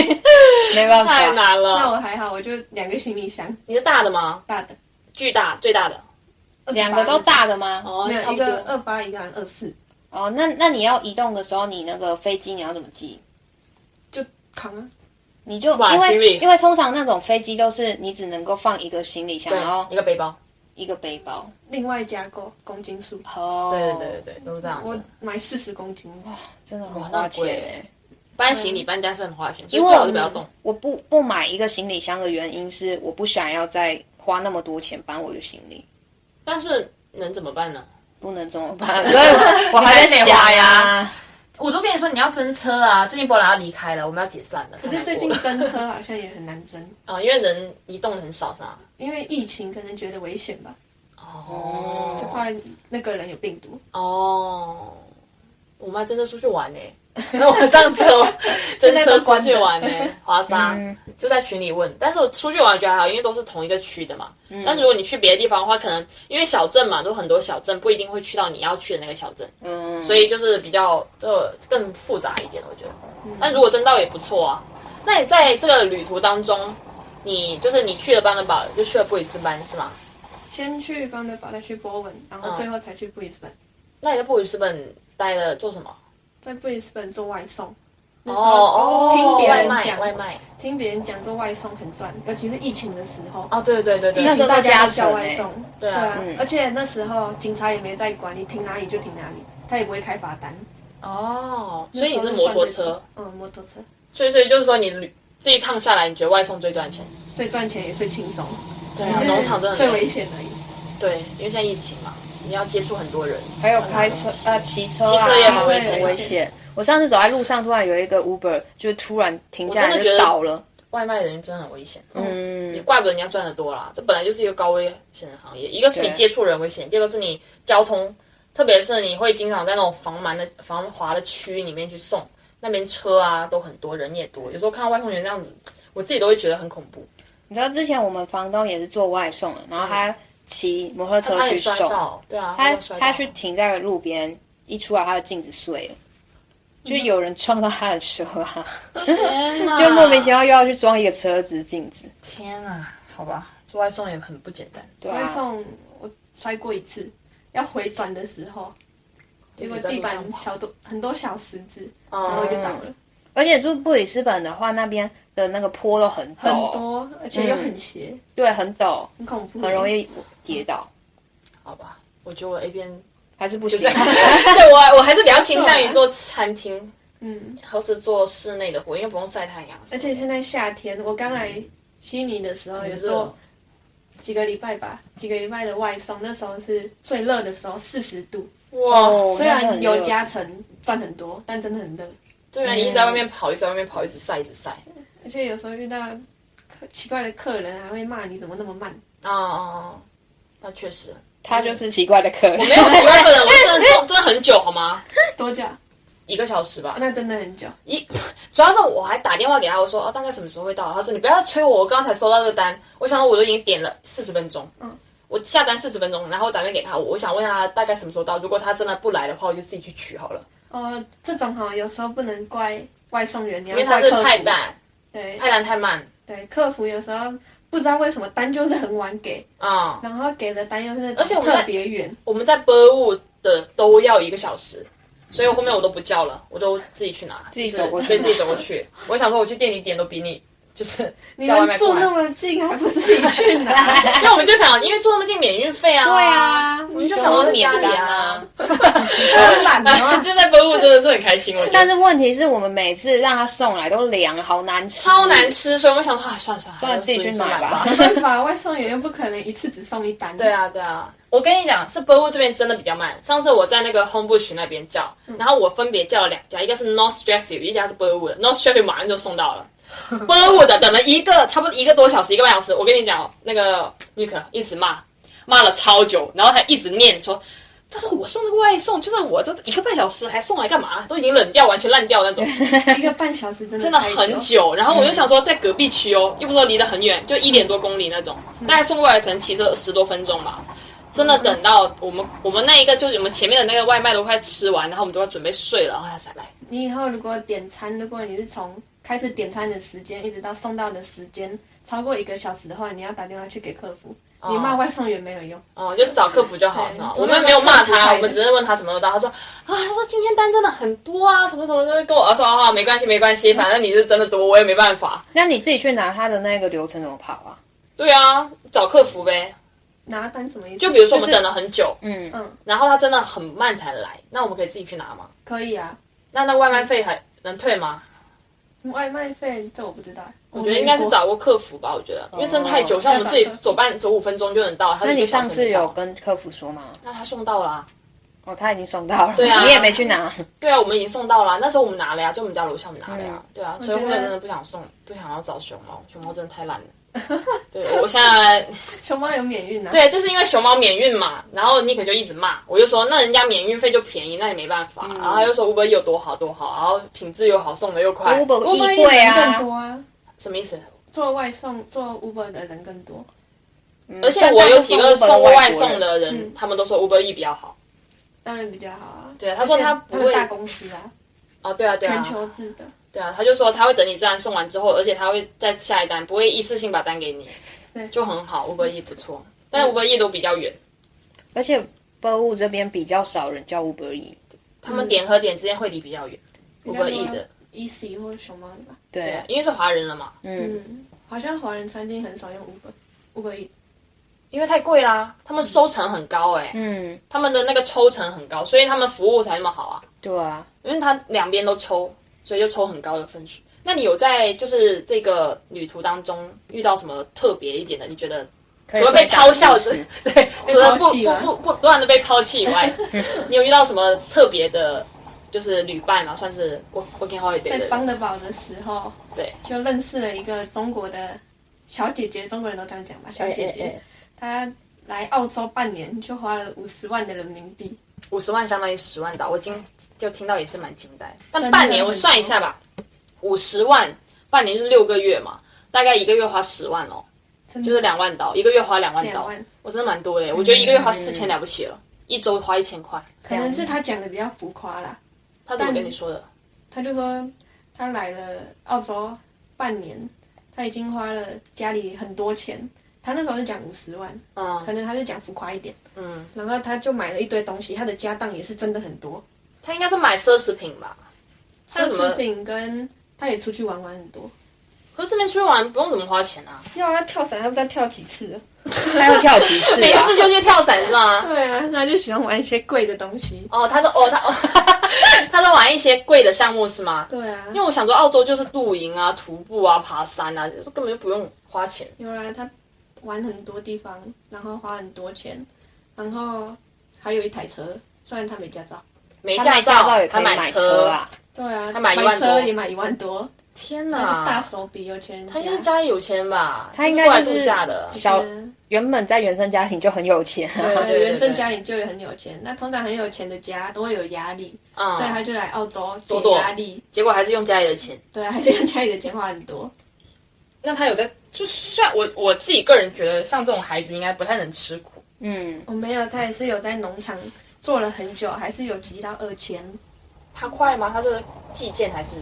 S2: 没办
S1: 太
S2: 法，
S1: 难
S3: 那
S1: 了。
S3: 我还好，我就两个行李箱，
S1: 你是大的吗？
S3: 大的，
S1: 巨大，最大的。
S2: 两个都大的吗？
S1: 哦
S3: 没有
S1: 差
S3: 一
S1: 不多
S3: 个二八，一个二四，
S2: 哦，那那你要移动的时候，你那个飞机你要怎么寄？
S3: 就扛啊。
S2: 你就
S1: 哇行
S2: 因为
S1: 李
S2: 因为通常那种飞机都是你只能够放一个行李箱，然后
S1: 对，一个背包。
S2: 一个背包。
S3: 另外加购公斤数，
S2: 哦，
S1: 对对对对对，都是这样
S3: 我
S1: 子。
S3: 买四十公斤，
S2: 真的很
S1: 哇那
S2: 花
S1: 很
S2: 钱
S1: 贵
S2: 欸
S1: 搬行李搬家是很花钱，所以
S2: 因为
S1: 最好是不要动。
S2: 我不不买一个行李箱的原因是我不想要再花那么多钱搬我的行李，
S1: 但是能怎么办呢？
S2: 不能这么 办，所以我我还在
S1: 你还
S2: 想
S1: 得花
S2: 呀
S1: 呀。我都跟你说你要增车啊！最近波兰要离开了，我们要解散了。
S3: 可是最近增车好像也很难增，
S1: 啊，因为人移动很少是吧？
S3: 因为疫情可能觉得危险吧，
S1: 哦
S3: 就怕那个人有病毒。
S1: 哦，我们还真的出去玩呢、那我上周真车出去玩呢、华沙、就在群里问，但是我出去玩我觉得还好，因为都是同一个区的嘛。但是如果你去别的地方的话，可能因为小镇嘛，都很多小镇，不一定会去到你要去的那个小镇，
S2: 嗯，
S1: 所以就是比较这更复杂一点，我觉得。但如果真到也不错啊。那你在这个旅途当中，你就是你去了班伦堡，就去了布里斯班是吗？
S3: 先去方德堡，再去波文，然
S1: 哦
S3: 后最后才去布里斯本。
S1: 那你在布里斯本待了做什么？
S3: 在布里斯本做外送，那时
S1: 哦
S3: 候
S1: 哦，
S3: 听别人
S1: 外卖
S3: 讲，
S1: 外卖
S3: 听别人讲做外送很赚，尤其是疫情的时候，
S1: 哦，对对对对，
S2: 那时候
S3: 大家
S2: 都
S3: 都
S2: 加
S3: 叫
S2: 成
S3: 外
S2: 欸
S3: 送，
S1: 对
S3: 对
S1: 啊
S3: 啊，而且那时候警察也没在管，你停哪里就停哪里，他也不会开罚单。
S1: 哦，所以你是
S3: 那时候
S1: 摩托
S3: 赚最
S1: 车
S3: 多，，嗯，摩托车
S1: 所以所以就是说你旅这一趟下来，你觉得外送最赚钱？
S3: 最赚钱也最轻松，
S1: 对
S3: 只
S1: 啊，
S3: 是
S1: 农场真 的
S3: 最
S1: 很累
S3: 危险而已。
S1: 对，因为现在疫情嘛，你要接触很多人，
S3: 哎
S2: 还有开车啊，骑车
S1: 骑
S2: 啊，
S1: 车也很危
S2: 危
S1: 险
S2: 险。我上次走在路上，突然有一个 Uber 就突然停下
S1: 我
S2: 来
S1: 真的觉
S2: 就
S1: 得
S2: 倒了，
S1: 外卖的人真的很危险。嗯，
S2: 嗯，
S1: 怪不得人家赚的多啦，这本来就是一个高危险的行业，一个是你
S2: 对
S1: 接触人危险，第二个是你交通，特别是你会经常在那种繁忙的繁华的区里面去送，那边车啊都很多，人也多，有时候看到外送员这样子，我自己都会觉得很恐怖。
S2: 你知道之前我们房东也是做外送的，然后他骑摩托车
S1: 差
S2: 去
S1: 点摔
S2: 送，
S1: 到，对啊，
S2: 他
S1: 有摔
S2: 他
S1: 到
S2: 去停在路边，一出来他的镜子碎了，
S1: 嗯
S2: 就有人撞到他的车啊，就
S1: 就
S2: 莫名其妙又要去装一个车子镜子，
S1: 天呐，好吧，做外送也很不简单，对
S2: 对
S3: 外
S2: 啊，
S3: 送我摔过一次，要回转的时候，结果
S1: 直在
S3: 地
S1: 路上
S3: 板
S1: 跑哦
S3: 小多很多小石子，
S1: 然
S3: 然后就倒了，
S2: 而且住布里斯本的话，那边的那个坡都很陡，
S3: 很多，而且又很斜，
S2: 对，很陡，
S3: 很恐怖，
S2: 很容。易跌倒，
S1: 好吧，我觉得我 A 边，
S2: 还是不
S1: 对
S2: 行。
S1: 我我还是比较倾向于做餐厅，
S3: 嗯，
S1: 或是做室内的活，因为不用晒太阳。
S3: 而且现在夏天，我刚来悉尼的时候也
S1: 热
S3: 做几个礼拜吧，几个礼拜的外送，那时候是最热的时候，四十度。
S1: 哇，
S3: 虽
S2: 那
S3: 然
S2: 很热
S3: 有加成赚很多，但真的很热。
S1: 对啊，你一直在外面跑，一直在外面跑，一直晒，一直晒。
S3: 而且有时候遇到客奇怪的客人，还会骂你怎么那么慢。
S1: 啊啊，啊那确实，
S2: 他就是奇怪的客人，我
S1: 没有奇怪的 人，我啊真的真的很久好吗？
S3: 多久啊？哦
S1: 一个小时吧。
S3: 那真的很久。
S1: 一主要是我还打电话给他，我说哦，大概什么时候会到？他说你不要催我，我刚才收到这个单，我想我都已经点了四十分钟，嗯，我下单四十分钟，然后我打电话给他，我想问他大概什么时候到。如果他真的不来的话，我就自己去取好了，
S3: 哦，这种哈、有时候不能怪外送员，你要
S1: 因为他
S3: 怪
S1: 是
S3: 客服。
S1: 派单，
S3: 对
S1: 派单太慢
S3: 对，客服有时候不知道为什么单就是很晚给，
S1: 啊、
S3: 然后给的单又是
S1: 而且我们在
S3: 特别远。
S1: 我们在播物的都要一个小时，所以后面我都不叫了，我都自己去拿，自
S2: 己走过去
S1: 所以自己走过去。我想说，我去店里点都比你就是
S3: 你
S1: 叫外
S3: 们
S1: 卖过
S3: 住
S1: 来
S3: 那么近，还不自己 去拿？
S1: 那我们就想，因为住那么近免运费啊，
S2: 对，啊，
S1: 我们就
S2: 有
S1: 想说在
S2: 免啊
S1: 家里
S2: 单
S1: 啊
S2: 啊。
S3: 好懒
S1: 然后
S3: 哦。
S1: 就在北舞真的是很开心，我觉得。
S2: 但是问题是我们每次让他送来都凉，好难吃，
S1: 超难吃，所以我想说，啊，算了算了，
S2: 算了
S1: 还是
S2: 自己去买吧
S1: 自己去
S3: 没办法，外送员又不可能一次只送一单。
S1: 对，啊，对啊，我跟你讲，是 b u r 这边真的比较慢。上次我在那个 Homebush 那边叫，然后我分别叫了两家，一个是 North Sheffield，一家是 b u r 的。North Sheffield 马上就送到了 b u r 的等了一个差不多一个多小时，一个半小时。我跟你讲哦，那个 Nick 一直骂，骂了超久，然后他一直念说。但是我送那个外送，就在我这一个半小时还送来干嘛？都已经冷掉，完全烂掉那种。
S3: 一个半小时真的
S1: 真的
S3: 太
S1: 很久。然后我就想说，在隔壁区哦，又不是说离得很远，就一点多公里那种，大概送过来可能骑车十多分钟吧。真的等到我们我们那一个就是我们前面的那个外卖都快吃完，然后我们都要准备睡了，然后他才来。
S3: 你以后如果点餐，如果你是从开始点餐的时间一直到送到的时间超过一个小时的话，你要打电话去给客服。你骂外送员没有用，
S1: 哦，就找客服就好
S3: 对
S1: 了。哦
S3: 不
S1: 我
S3: 要
S1: 们没有骂
S3: 让客服
S1: 他，我
S3: 害
S1: 们
S3: 人
S1: 只是问他什么时候到。他说啊，他说今天单真的很多啊，什么什么的，跟我说啊，没关系没关系，反正你是真的多，我也没办法。
S2: 那你自己去拿他的那个流程怎么跑啊？
S1: 对啊，找客服呗。
S3: 拿单什么意思？
S1: 就比如说我们
S2: 就是
S1: 等了很久，
S2: 嗯，
S3: 嗯，
S1: 然后他真的很慢才来，那我们可以自己去拿吗？
S3: 可以啊。
S1: 那那外卖费还能退吗？
S3: 外卖费这我不知道，我
S1: 我觉得应该是找过客服吧，我觉得，因为真的太久，像我们自己走半走五分钟就能到。
S2: 哦那
S1: 那
S2: 你上次有？跟客服说吗？
S1: 那他送到了啊，
S2: 哦，他已经送到了，
S1: 对啊
S2: 你也没去拿，
S1: 对啊，我们已经送到了啊。那时候我们拿了呀，就我们家楼下我们拿了呀
S2: 嗯，
S1: 对啊。
S3: 觉
S1: 所以
S3: 得
S1: 后面真的不想送，不想要找熊猫，熊猫真的太烂了。对， 我现在
S3: 熊猫有免运啊。，
S1: 对，就是因为熊猫免运嘛，然后尼可就一直骂，我就说那人家免运费就便宜，那也没办法。
S2: 嗯
S1: 然后他就说 Uber 有多好多好，然后品质又好，送的又快。
S2: Uber
S3: 乌龟
S2: 衣柜啊
S3: 更，多啊，
S1: 什么意思？
S3: 做外送做 Uber 的人更多。
S1: 而且我有几个送过外送的人
S3: 嗯，
S1: 他们都说 Uber E 比较好。
S3: 当然比较好啊。
S1: 对啊他说他不
S3: 他
S1: 会
S3: 们大公司啊，
S1: 啊，对啊，对啊。
S3: 全球制的。
S1: 对啊，他就说他会等你这单送完之后，而且他会再下一单，不会一次性把单给你，
S3: 对
S1: 就很好。五百亿不错，但是五百亿都比较远，
S2: 而且博物这边比较少人叫 Uber E，
S1: 他
S3: 嗯
S1: 们点和点之间会离比较远，五百亿的，
S3: Easy ，E 或者熊猫的吧。
S2: 对
S1: 对
S2: 啊，，
S1: 因为是华人了嘛，
S3: 嗯，好像华人餐厅很少用 Uber，Uber
S1: 因为太贵啦，他们收成很高哎、
S2: 嗯，
S1: 他们的那个抽成很高，所以他们服务才那么好啊，
S2: 对啊，
S1: 因为他两边都抽，所以就抽很高的分数。那你有在就是这个旅途当中遇到什么特别一点的？你觉得
S2: 除
S1: 除了被嘲笑之， 对，除了不
S3: 抛弃吗
S1: 不不不断的被抛弃以 外，你有遇到什么特别的，就是旅伴嘛，算是 work working holiday
S3: 在
S1: 的人，
S3: 邦德堡的时候，
S1: 对，
S3: 就认识了一个中国的小姐姐，中国人都这样
S1: 哎
S3: 讲吧，小
S2: 哎
S3: 姐姐，她来澳洲半年就花了五十万的人民币，
S1: 五十万相当于十万岛，我今就听到也是蛮惊呆。但
S3: 真的
S1: 半年我
S3: 很
S1: 算一
S3: 多
S1: 下吧，五十万半年就是六个月嘛，大概一个月花十万哦，
S3: 真的
S1: 就是两万岛，一个月花两万
S3: 两
S1: 岛
S3: 万，嗯
S1: 我真的蛮多的耶，我觉得一个月花四千了不起了，一周花一千块。
S3: 可能是她讲的比较浮夸啦，
S1: 他怎么
S3: 但
S1: 跟你说的？
S3: 她就说她来了澳洲半年，她已经花了家里很多钱，她那时候是讲五十万，
S1: 嗯
S3: 可能她是讲浮夸一点，
S1: 嗯，
S3: 然后她就买了一堆东西，她的家当也是真的很多，
S1: 他应该是买奢侈品吧？他
S3: 奢
S1: 有什么
S3: 侈品跟她也出去玩玩很多。
S1: 可是这边出去玩不用怎么花钱啊，
S3: 要他跳伞，他不知道跳几次了。
S2: 他要跳几次
S1: 没
S2: 啊？
S1: 事就去跳伞是吗？
S3: 对啊，他就喜欢玩一些贵的东西。
S1: 哦，他都哦他 哦，他都玩一些贵的项目是吗？
S3: 对啊，
S1: 因为我想说，澳洲就是露营啊、徒步啊、爬山啊，就是根本就不用花钱。
S3: 有啦，他玩很多地方，然后花很多钱，然后还有一台车，虽然他没驾照。
S1: 没
S2: 他
S1: 驾
S2: 买驾照也可
S1: 他
S2: 以
S1: 买
S2: 买车啊，
S3: 对啊，
S1: 他买一万多
S3: 车也买一万多，
S1: 天
S3: 他就大
S1: 哪！
S3: 手笔，有钱人
S1: 他应
S3: 家。
S1: 该是家里有钱吧？
S2: 他应
S1: 就
S2: 该
S1: 是
S2: 就
S1: 过来
S2: 是
S1: 度假的。
S2: 小
S3: 嗯
S2: 原本在原生家庭就很有钱啊，
S3: 对啊
S1: 对对
S3: 原生家里就也很有钱，那通常很有钱的家都会有压力，所以他
S1: 嗯，
S3: 就来澳洲解
S1: 躲躲
S3: 压力。
S1: 结果还是用家里的钱。
S3: 对啊，他就家里的钱花很多。
S1: 那他有在，就算我我自己个人觉得，像这种孩子应该不太能吃苦。
S2: 嗯，
S3: 我没有，他也是有在农场做了很久，还是有集到二千。
S1: 他快吗？他是计件还是？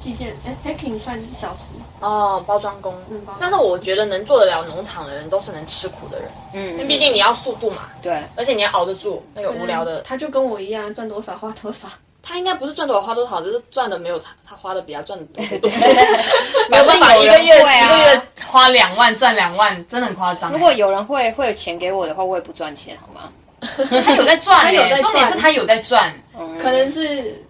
S3: 寄件，哎、h a c k i n g 算小时，
S1: 哦，包装工。
S3: 嗯包装
S1: 但是我觉得能做得了农场的人，都是能吃苦的人。因为
S2: 嗯，
S1: 毕竟你要速度嘛，
S2: 对，
S4: 啊
S1: 而且你要熬得住那个无聊的。
S3: 他就跟我一样，赚多少花多少。
S1: 他应该不是赚多少花多少，就是赚的没有他他花的比他赚的多。
S2: 没有
S4: 有办法一个月
S2: 会
S4: 一
S2: 啊
S4: 个月花两万赚两万，真的很夸张欸。
S2: 如果有人会会有钱给我的话，我也不赚钱，好吗？
S4: 他有在赚
S3: 他有在
S4: 欸，
S3: 赚
S4: 重点是他有在赚。
S3: 可能是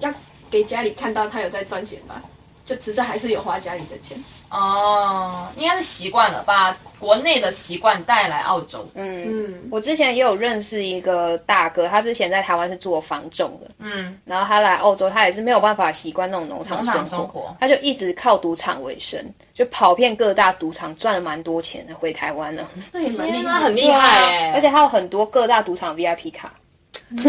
S3: 要给家里看到他有在赚钱吧，就只是还是有花家里的钱。
S4: 哦，应该是习惯了，把国内的习惯带来澳洲。
S2: 嗯，
S3: 嗯，
S2: 我之前也有认识一个大哥，他之前在台湾是做房仲的，
S4: 嗯，
S2: 然后他来澳洲，他也是没有办法习惯那种农场
S4: 农
S2: 生
S4: 场
S2: 活，
S4: 生活
S2: 他就一直靠赌场为生，就跑遍各大赌场，赚了蛮多钱的，回台湾了。
S3: 嗯那也啊蛮厉
S1: 天
S3: 害
S1: 哪，
S3: 的，
S1: 很厉害哎、
S2: 而且他有很多各大赌场 VIP 卡。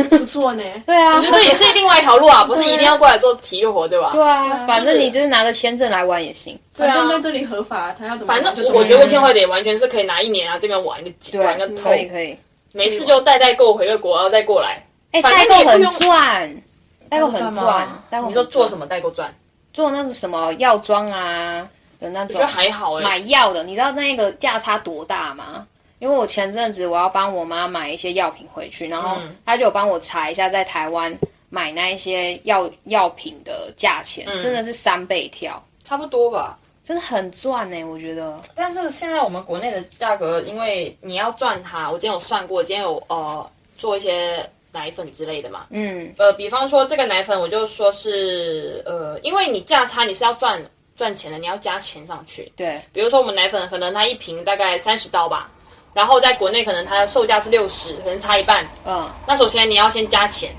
S3: 不错呢。
S2: 对啊，
S1: 我觉得这也是另外一条路啊，不是一定要过来做体育活，对吧？
S2: 对啊，反正你就是拿着签证来玩也行。
S1: 对啊
S3: 反正在这里合法，他要怎么
S1: 反
S3: 玩
S1: 正
S3: 就怎么
S1: 我
S3: 玩
S1: 觉得温天惠得完全是可以拿一年啊，这边玩个玩个透
S2: 可，以可以。
S1: 没事就代代购回个国，然后再过来。
S2: 哎，
S1: 反
S2: 代
S1: 正你也
S2: 购
S1: 不
S2: 很
S1: 用
S2: 赚，代购很
S4: 赚吗
S2: 赚。代购很
S1: 你说做
S2: 赚
S1: 什么代购赚？
S2: 做那个什么药妆啊的那
S1: 我
S2: 种
S1: 觉得，还好哎、
S2: 买药的，你知道那个价差多大吗？因为我前阵子我要帮我妈买一些药品回去，然后
S1: 嗯
S2: 她就有帮我查一下在台湾买那一些药药品的价钱，真的是三倍跳，
S1: 差不多吧。
S2: 真的很赚呢、我觉得。
S1: 但是现在我们国内的价格，因为你要赚它，我之前有算过，今天有呃做一些奶粉之类的嘛，
S2: 嗯，
S1: 呃，比方说这个奶粉，我就说是呃，因为你价差你是要赚赚钱的，你要加钱上去。
S2: 对，
S1: 比如说我们奶粉可能它一瓶大概三十刀吧，然后在国内可能它的售价是六十，可能差一半。
S2: 嗯，
S1: 那首先你要先加钱，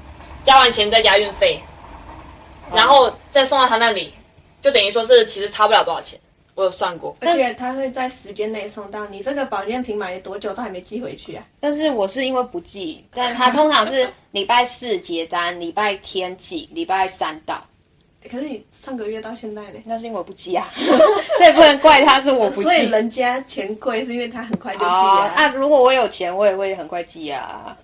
S1: 加完钱再加运费，然后再送到他那里，就等于说是其实差不了多少钱。我有算过，
S3: 而且他会在时间内送到你这个保健品买了多久都还没寄回去啊？
S2: 但是我是因为不寄，但她通常是礼拜四结单，礼拜天寄，礼拜三到。
S3: 可是你上个月到现在呢？
S2: 那是因为我不寄啊， 那也不能怪她是我不寄
S3: 所。以人家钱贵是因为他很快就寄啊了、
S2: 哦，那、如果我有钱，我也会很快寄啊。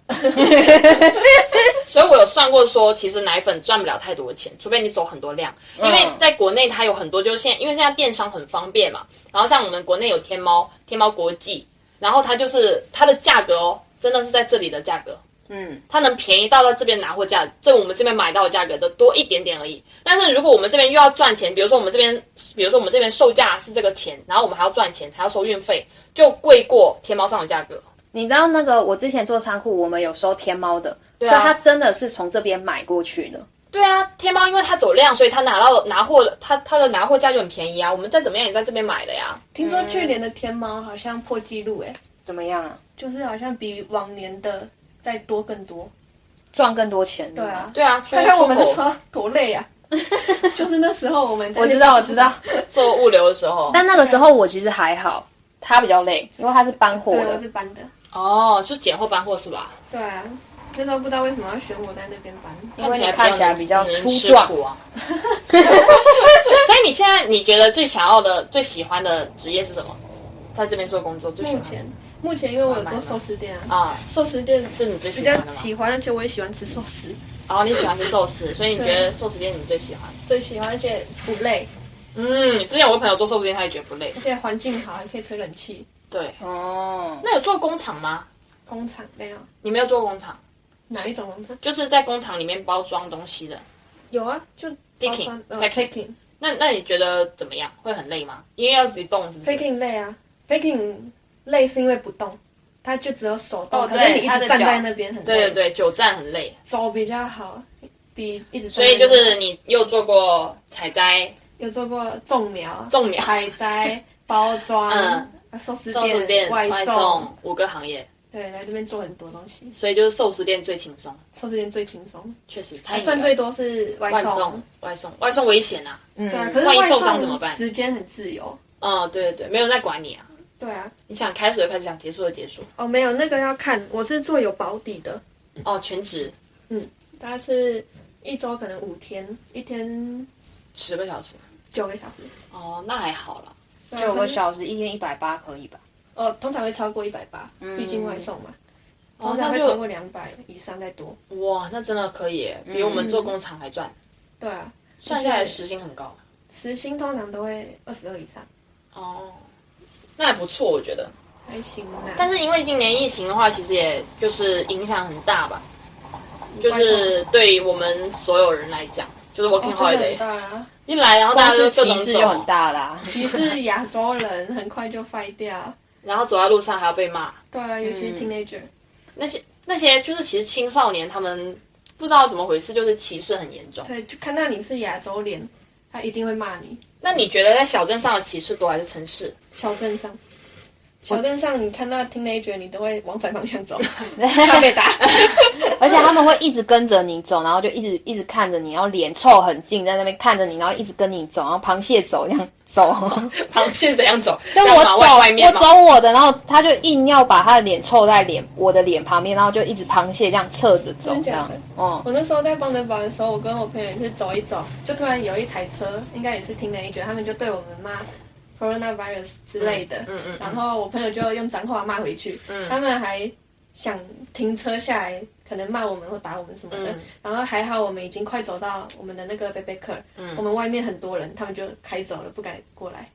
S1: 所以我有算过说，其实奶粉赚不了太多钱，除非你走很多量。因为在国内它有很多，就是现因为现在电商很方便嘛，然后像我们国内有天猫、天猫国际，然后它就是它的价格哦，真的是在这里的价格，
S2: 嗯，
S1: 它能便宜到在这边拿货价，在我们这边买到的价格的多一点点而已。但是如果我们这边又要赚钱，比如说我们这边，比如说我们这边售价是这个钱，然后我们还要赚钱，还要收运费，就贵过天猫上的价格。
S2: 你知道那个我之前做仓库，我们有收天猫的，
S1: 对
S2: 所以
S1: 啊
S2: 他真的是从这边买过去的。
S1: 对啊，天猫因为它走量，所以它拿到拿货的，它它的拿货价就很便宜啊。我们再怎么样也在这边买的呀。
S3: 听说去年的天猫好像破纪录哎，
S2: 怎么样啊？
S3: 就是好像比往年的再多更多。
S2: 赚更多钱？对
S3: 对啊，
S1: 对啊，出
S3: 看看我们的
S1: 出口
S3: 车多累啊！就是那时候我们在
S2: 我知道，我知 道。
S1: 做物流的时候，
S2: 但那个时候我其实还好，他比较累，因为他是搬货
S3: 对，我
S2: 的
S3: 是。搬的。
S1: 哦，是拣货搬货是吧？
S3: 对啊，那时候不知道为什么要选我在那边搬。
S2: 因为你
S1: 看
S2: 看起来比较
S1: 能
S2: 粗
S1: 吃
S2: 壮
S1: 苦啊。 所以你现在你觉得最想要的、最喜欢的职业是什么？在这边做工作最喜
S3: 目
S1: 欢
S3: 前目前因为我有做寿司店啊，
S1: 啊，
S3: 寿司店
S1: 是你最喜
S3: 比
S1: 欢
S3: 较
S1: 的吗？
S3: 喜欢，而且我也喜欢吃寿司，
S1: 然后你喜欢吃寿司，所以你觉得寿司店你最喜欢？
S3: 最喜欢，而且不累，
S1: 嗯，之前我朋友做寿司店，他也觉得不累
S3: 而。且环境好，还可以吹冷气。
S1: 对，
S2: 哦，
S1: 那有做工厂吗？
S3: 工厂没有
S1: 你没有做工厂，
S3: 哪一种工厂？
S1: 就是在工厂里面包装东西的。
S3: 有啊，就
S1: Picking，
S3: 呃
S1: packing
S3: picking
S1: 那那你觉得怎么样？会很累吗？因为要自己动，是不是？
S3: picking 累啊，picking 累是因为不动，它就只有手动，
S2: 哦
S3: 可
S2: 对
S3: 是你一
S2: 它的
S3: 直站
S2: 脚
S3: 在那边很累。
S1: 对对，对，久站很累，
S3: 走比较好，比一直站
S1: 所以
S3: 在
S1: 就
S3: 那边
S1: 是你又做过采摘、
S3: 有做过种苗、
S1: 种苗
S3: 采摘、 包装、
S1: 嗯
S3: 啊寿司
S1: 寿司店、
S3: 外
S1: 外送五个行业，
S3: 对，来这边做很多东西，
S1: 所以就是寿司店最轻松，
S3: 寿司店最轻松，
S1: 确实餐
S3: 还
S1: 饮
S3: 赚
S1: 业
S3: 最多是外
S1: 外
S3: 送，
S1: 送、外送、外送危险啊！
S2: 嗯
S3: 对啊，可是
S1: 万一
S3: 外
S1: 受伤怎么
S3: 送
S1: 办
S3: 时间很自由，
S1: 嗯，对对对，没有人在管你啊，
S3: 对啊，
S1: 你想开始就开始，想结束就结束。
S3: 哦没有那个要看，我是做有保底的，
S1: 哦，全职
S3: 它是一周可能五天，一天
S1: 十个小时，
S3: 九个小时，
S1: 哦，那还好啦。
S2: 九个小时一天一百八可以吧？
S3: 哦通常会超过一百八，毕竟外送嘛，
S1: 嗯哦
S3: 通，
S1: 那
S3: 常会
S1: 就嗯
S3: 超过两嗯百以上再多，
S1: 哇，那真的可以耶，比我们做工厂还赚，
S3: 对啊，
S1: 算下来时薪很高。
S3: 时薪通常都会二十二以上，
S1: 哦，那还不错，我觉得。
S3: 还行啦，
S1: 但是因为今年疫情的话，其实也就是影响很大吧。就是对我们所有人来讲，就是
S2: 哦
S1: working
S3: 真的很
S1: holiday、
S3: 大啊！
S1: 一来，然后大家就各
S2: 歧
S1: 种
S2: 视就很
S1: 走，
S2: 大 啦。
S3: 歧视亚洲人很快就 fight 掉，
S1: 然后走在路上还要被骂。
S3: 对啊，尤
S1: 嗯
S3: 其 teenager，
S1: 那些那些就是其实青少年他们不知道怎么回事，就是歧视很严重。
S3: 对，就看到你是亚洲脸，他一定会骂你。
S1: 那你觉得在小镇上的歧视多还是城市？
S3: 小镇上，小镇上你看到 teenager，你都会往反方向走， 怕 被
S2: 而
S3: 打。
S2: 且他们会一直跟着你走，然后就一直一直看着你，然后脸凑很近，在那边看着你，然后一直跟你走，然后螃蟹走这样 走。
S1: 螃蟹怎样 走？
S2: 就
S1: 这
S2: 嗯我
S1: 样吗
S2: 走
S1: 外外面
S2: 我
S1: 吗？
S2: 走我的，然后他就硬要把他的脸凑在脸我的脸旁边，然后就一直螃蟹这样侧着走
S3: 真的
S2: 这
S3: 假
S2: 样
S3: 的。
S2: 哦、
S3: 我那时候在邦德堡的时候，我跟我朋友也是走一走，就突然有一台车，应该也是听了一句，他们就对我们骂 coronavirus 之类的，
S1: 嗯嗯嗯
S3: 然后我朋友就用脏话骂回去，
S1: 嗯
S3: 他们还想停车下来，可能骂我们或打我们什么的，
S1: 嗯
S3: 然后还好我们已经快走到我们的那个贝贝克，
S1: 嗯
S3: 我们外面很多人，他们就开走了，不敢过来，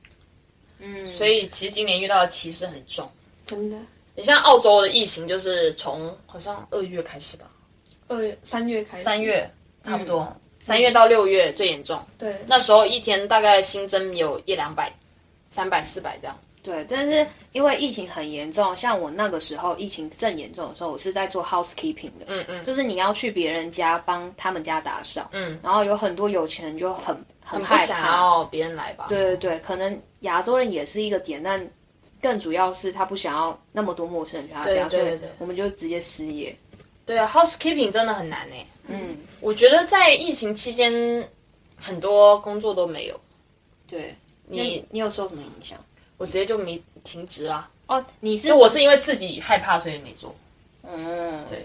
S2: 嗯，
S1: 所以其实今年遇到的歧视很重。
S3: 真的。
S1: 你像澳洲的疫情，就是从好像二月开始吧，
S3: 二月、三月开始，
S4: 三月
S2: 嗯
S4: 差不多，
S1: 三月到六月最严重。
S3: 对，
S1: 那时候一天大概新增有一两百、三百、四百这样。
S2: 对，但是因为疫情很严重，像我那个时候疫情正严重的时候，我是在做 housekeeping 的，
S1: 嗯嗯，
S2: 就是你要去别人家帮他们家打扫，
S1: 嗯，
S2: 然后有很多有钱人就很很
S1: 不
S2: 害
S1: 想
S2: 怕，
S1: 要别人来吧？
S2: 啊对对对，可能亚洲人也是一个点，但更主要是他不想要那么多陌生人去他家，
S1: 对对对
S2: 所
S1: 对
S2: 以我们就直接失业，
S1: 对啊，housekeeping 真的很难呢、欸
S2: 嗯，
S1: 我觉得在疫情期间，很多工作都没有，
S2: 对。
S1: 你
S2: 你有受什么影响？
S1: 我直接就没停职啦。
S2: 哦，你是
S1: 就嗯我是因为自己害怕，所以没做。
S2: 嗯，
S1: 对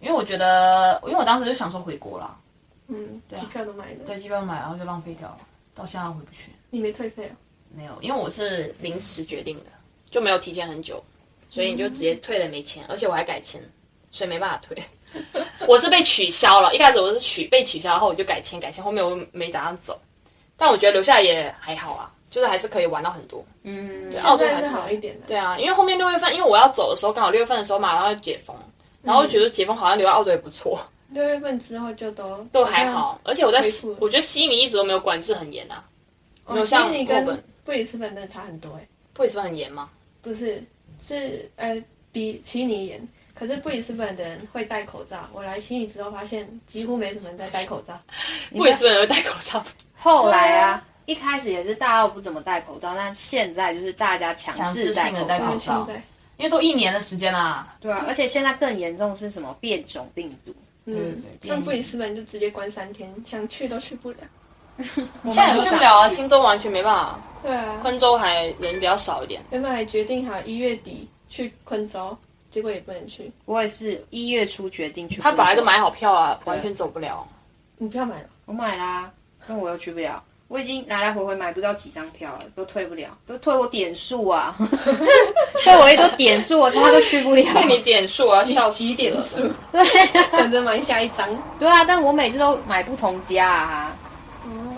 S4: 因为我觉得，因为我当时就想说回国啦，
S3: 嗯，机票都买了，
S4: 在机票买，然后就浪费掉了，到现在回不去。
S3: 你没退费哦，
S1: 没有，因为我是临时决定的，就没有提前很久，所以你就直
S3: 嗯
S1: 接退了没钱，而且我还改签，所以没办法退。 我是被取消了，一开始我是取被取消，然后我就改签改签，后面我没打算走，但我觉得留下来也还好啊，就是还是可以玩到很多。
S2: 嗯，
S1: 澳洲
S3: 现在
S1: 还
S3: 是
S1: 是
S3: 好一点的，
S1: 对啊，因为后面六月份，因为我要走的时候刚好六月份的时候马上要解封，然后我觉得解封好像留在澳洲也不错，
S3: 六月份之后就都
S1: 都还好。，而且我在
S3: 恢嗯复了
S1: 我觉得悉尼一直都没有管制很严啊，
S3: 好
S1: 没有
S3: 像
S1: 像
S3: 哦悉尼
S1: 墨
S3: 跟
S1: 本
S3: 布里斯本真的差很多哎，
S1: 布里斯本很严吗？
S3: 不是是呃比悉尼严，可是布里斯本的人会戴口罩，我来悉尼之后发现几乎没什么人在戴口罩，
S1: 布里斯本人会戴口罩，
S2: 后来
S3: 对
S2: 啊
S3: 啊，
S2: 一开始也是大家不怎么戴口罩，但现在就是大家强制戴口
S4: 强制性的戴
S2: 罩
S4: 口
S3: 但
S4: 罩。
S3: 现在
S4: 因为都一年的时间啦。
S2: 对啊，而且现在更严重是什么变种病毒？
S3: 嗯
S4: 对，对
S3: 像布里斯本就直接关三天，想去都去不了，
S4: 现在有去不了啊，新
S1: 新州完全没办法，
S3: 对啊，
S1: 昆州还人比较少一点。
S3: 原本还决定好一月底去昆州，结果也不能去，
S2: 我也是一月初决定去，
S1: 他本来就买，好票啊，完全走不了。
S3: 你票买了。
S2: 我买啦、但我又去不了。我已经来来回回买不到几张票了，都退不了，都退我点数啊， 退我一堆点数，我他妈都去不了。
S1: 那你点数啊，笑死
S3: 几点
S1: 了。
S3: 数？等着买下一张。
S2: 对啊，但我每次都买不同家啊。
S3: 哦，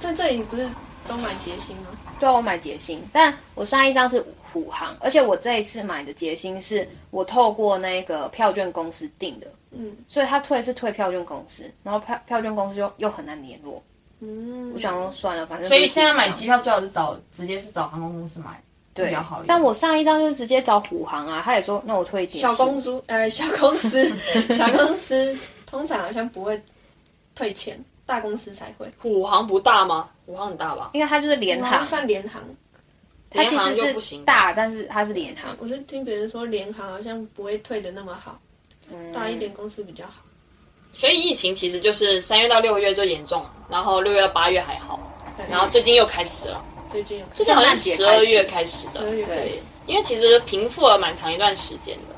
S3: 在这里不是都买结芯吗？
S2: 对啊，我买捷星，但我上一张是虎航，而且我这一次买的捷星是我透过那个票券公司订的，
S3: 嗯
S2: 所以他退是退票券公司，然后票票券公司又又很难联络。
S3: 嗯，
S2: 我想说哦算了，反正
S4: 所以现在买
S2: 机
S4: 机票最好是找直接是找航空公司买，对比较好一点。
S2: 但我上一张就是直接找虎航啊，他也说那我退一点数。
S3: 小公主，呃，小公司， 小公司通常好像不会退钱，大公司才会。
S1: 虎航不大吗？虎航很大吧？
S2: 因为他就是联
S3: 我还
S2: 航，
S3: 算联航，
S2: 他
S1: 联航
S2: 其
S1: 就不
S2: 实是
S1: 行。
S2: 大，但是他是联航，
S3: 我是听别人说联航好像不会退的那么好，
S1: 嗯
S3: 大一点公司比较好。
S1: 所以疫情其实就是三月到六月最严重，然后六月到八月还好，
S3: 对
S1: 然后最近又开始了，
S3: 最近有
S1: 最近
S3: 看，
S1: 好像
S2: 圣诞节
S1: 十
S2: 开
S1: 二
S2: 始
S1: 月开始
S3: 十二
S1: 的，
S3: 月可以
S2: 对，
S1: 因为其实平复了蛮长一段时间的。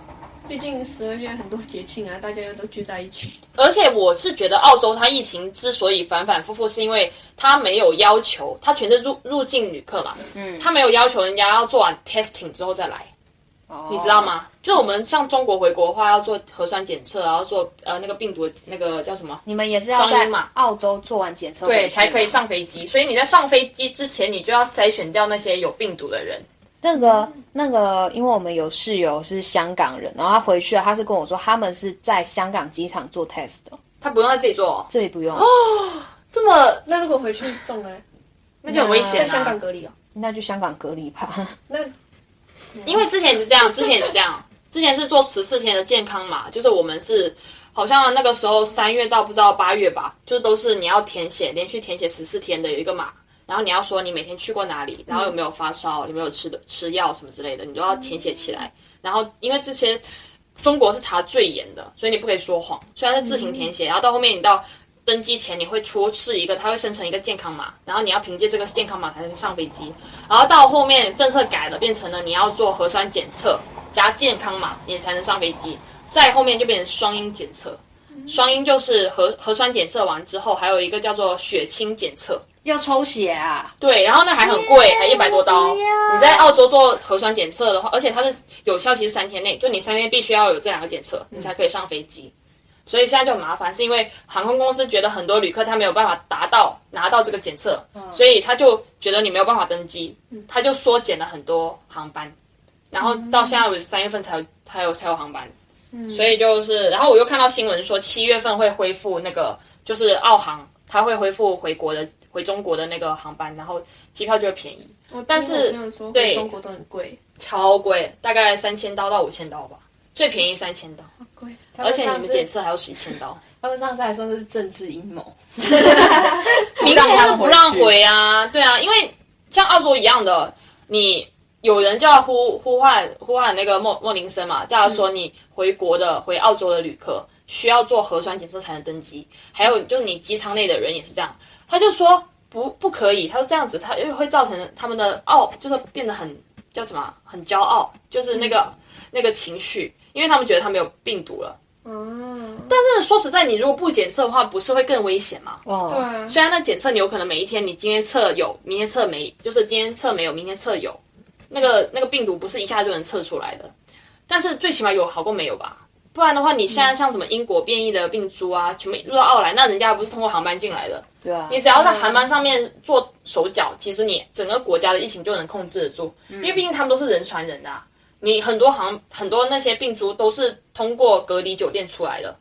S3: 毕竟十二月很多节庆啊，大家又都聚在一起。
S1: 而且我是觉得澳洲它疫情之所以反反复复，是因为它没有要求，它全是入入境旅客嘛，嗯，它没有要求人家要做完 testing 之后再来，
S2: 你
S1: 你知道？
S2: 哦
S1: 吗？就我们像中国回国的话，要做核酸检测，然后做呃那个病毒的那个叫什么，
S2: 你们也是要在
S1: 双阴嘛
S2: 澳洲做完检测回
S1: 对，
S2: 去
S1: 才可以
S2: 吗
S1: 上飞机。所以你在上飞机之前，你就要筛选掉那些有病毒的人，
S2: 那个那个，因为我们有室友是香港人，然后他回去了，他是跟我说他们是在香港机场做 test 的，
S1: 他不用在自己做、哦，
S2: 这里不用，
S1: 这么
S3: 那如果回去中了，
S1: 那就很危险、
S3: 在
S1: 啊。
S3: 香港隔离哦。
S2: 那就香港隔离吧。
S3: 那
S1: 因为之前也是这样，之前也是这样，之前是做十四天的健康码，就是我们是好像那个时候三月到不知道八月吧，就都是你要填写连续填写十四天的有一个码，然后你要说你每天去过哪里，然后有没有发烧，有没有吃的吃药什么之类的，你都要填写起来。然后因为这些中国是查最严的，所以你不可以说谎，虽然是自行填写，然后到后面你到。登机前你会出示一个，它会生成一个健康码，然后你要凭借这个健康码才能上飞机。然后到后面政策改了，变成了你要做核酸检测加健康码，你才能上飞机。再后面就变成双阴检测，双阴就是核核酸检测完之后，还有一个叫做血清检测。
S2: 要抽血啊？
S1: 对，然后那还很贵，还一百多刀。你在澳洲做核酸检测的话，而且它是有效期是三天内，就你三天必须要有这两个检测，你才可以上飞机。所以现在就很麻烦，是因为航空公司觉得很多旅客他没有办法达到拿到这个检测，所以他就觉得你没有办法登机，他就缩减了很多航班，然后到现在为止三月份才有才有才有航班，所以就是，然后我又看到新闻说七月份会恢复那个就是澳航，它会恢复回国的回中国的那个航班，然后机票就会便宜，但是
S3: 我朋友说回中国都很贵，
S1: 超贵，大概三千刀到五千刀吧，最便宜三千刀，
S3: 贵。
S1: 而且你们检测还要是一千刀。
S2: 他们上次还说这是政治阴谋，
S1: 明显就是不让回啊，对啊，因为像澳洲一样的，你有人叫呼呼唤呼唤那个莫莫林森嘛，叫他说你回国的、回澳洲的旅客需要做核酸检测才能登机，还有就是你机舱内的人也是这样，他就说不不可以，他说这样子他因为会造成他们的傲，就是变得很叫什么啊很骄傲，就是那个、那个情绪，因为他们觉得他们有病毒了。
S3: 哦，
S1: 但是说实在，你如果不检测的话，不是会更危险吗？
S2: 哦，对
S3: 啊
S1: 虽然那检测你有可能每一天，你今天测有，明天测没，就是今天测没有，明天测有，那个那个病毒不是一下就能测出来的，但是最起码有好过没有吧？不然的话，你现在像什么英国变异的病株啊，全部入到澳来，那人家不是通过航班进来的？
S2: 对啊，
S1: 你只要在航班上面做手脚，其实你整个国家的疫情就能控制得住，
S2: 嗯
S1: 因为毕竟他们都是人传人的、啊。你很多航很多那些病株都是通过隔离酒店出来的，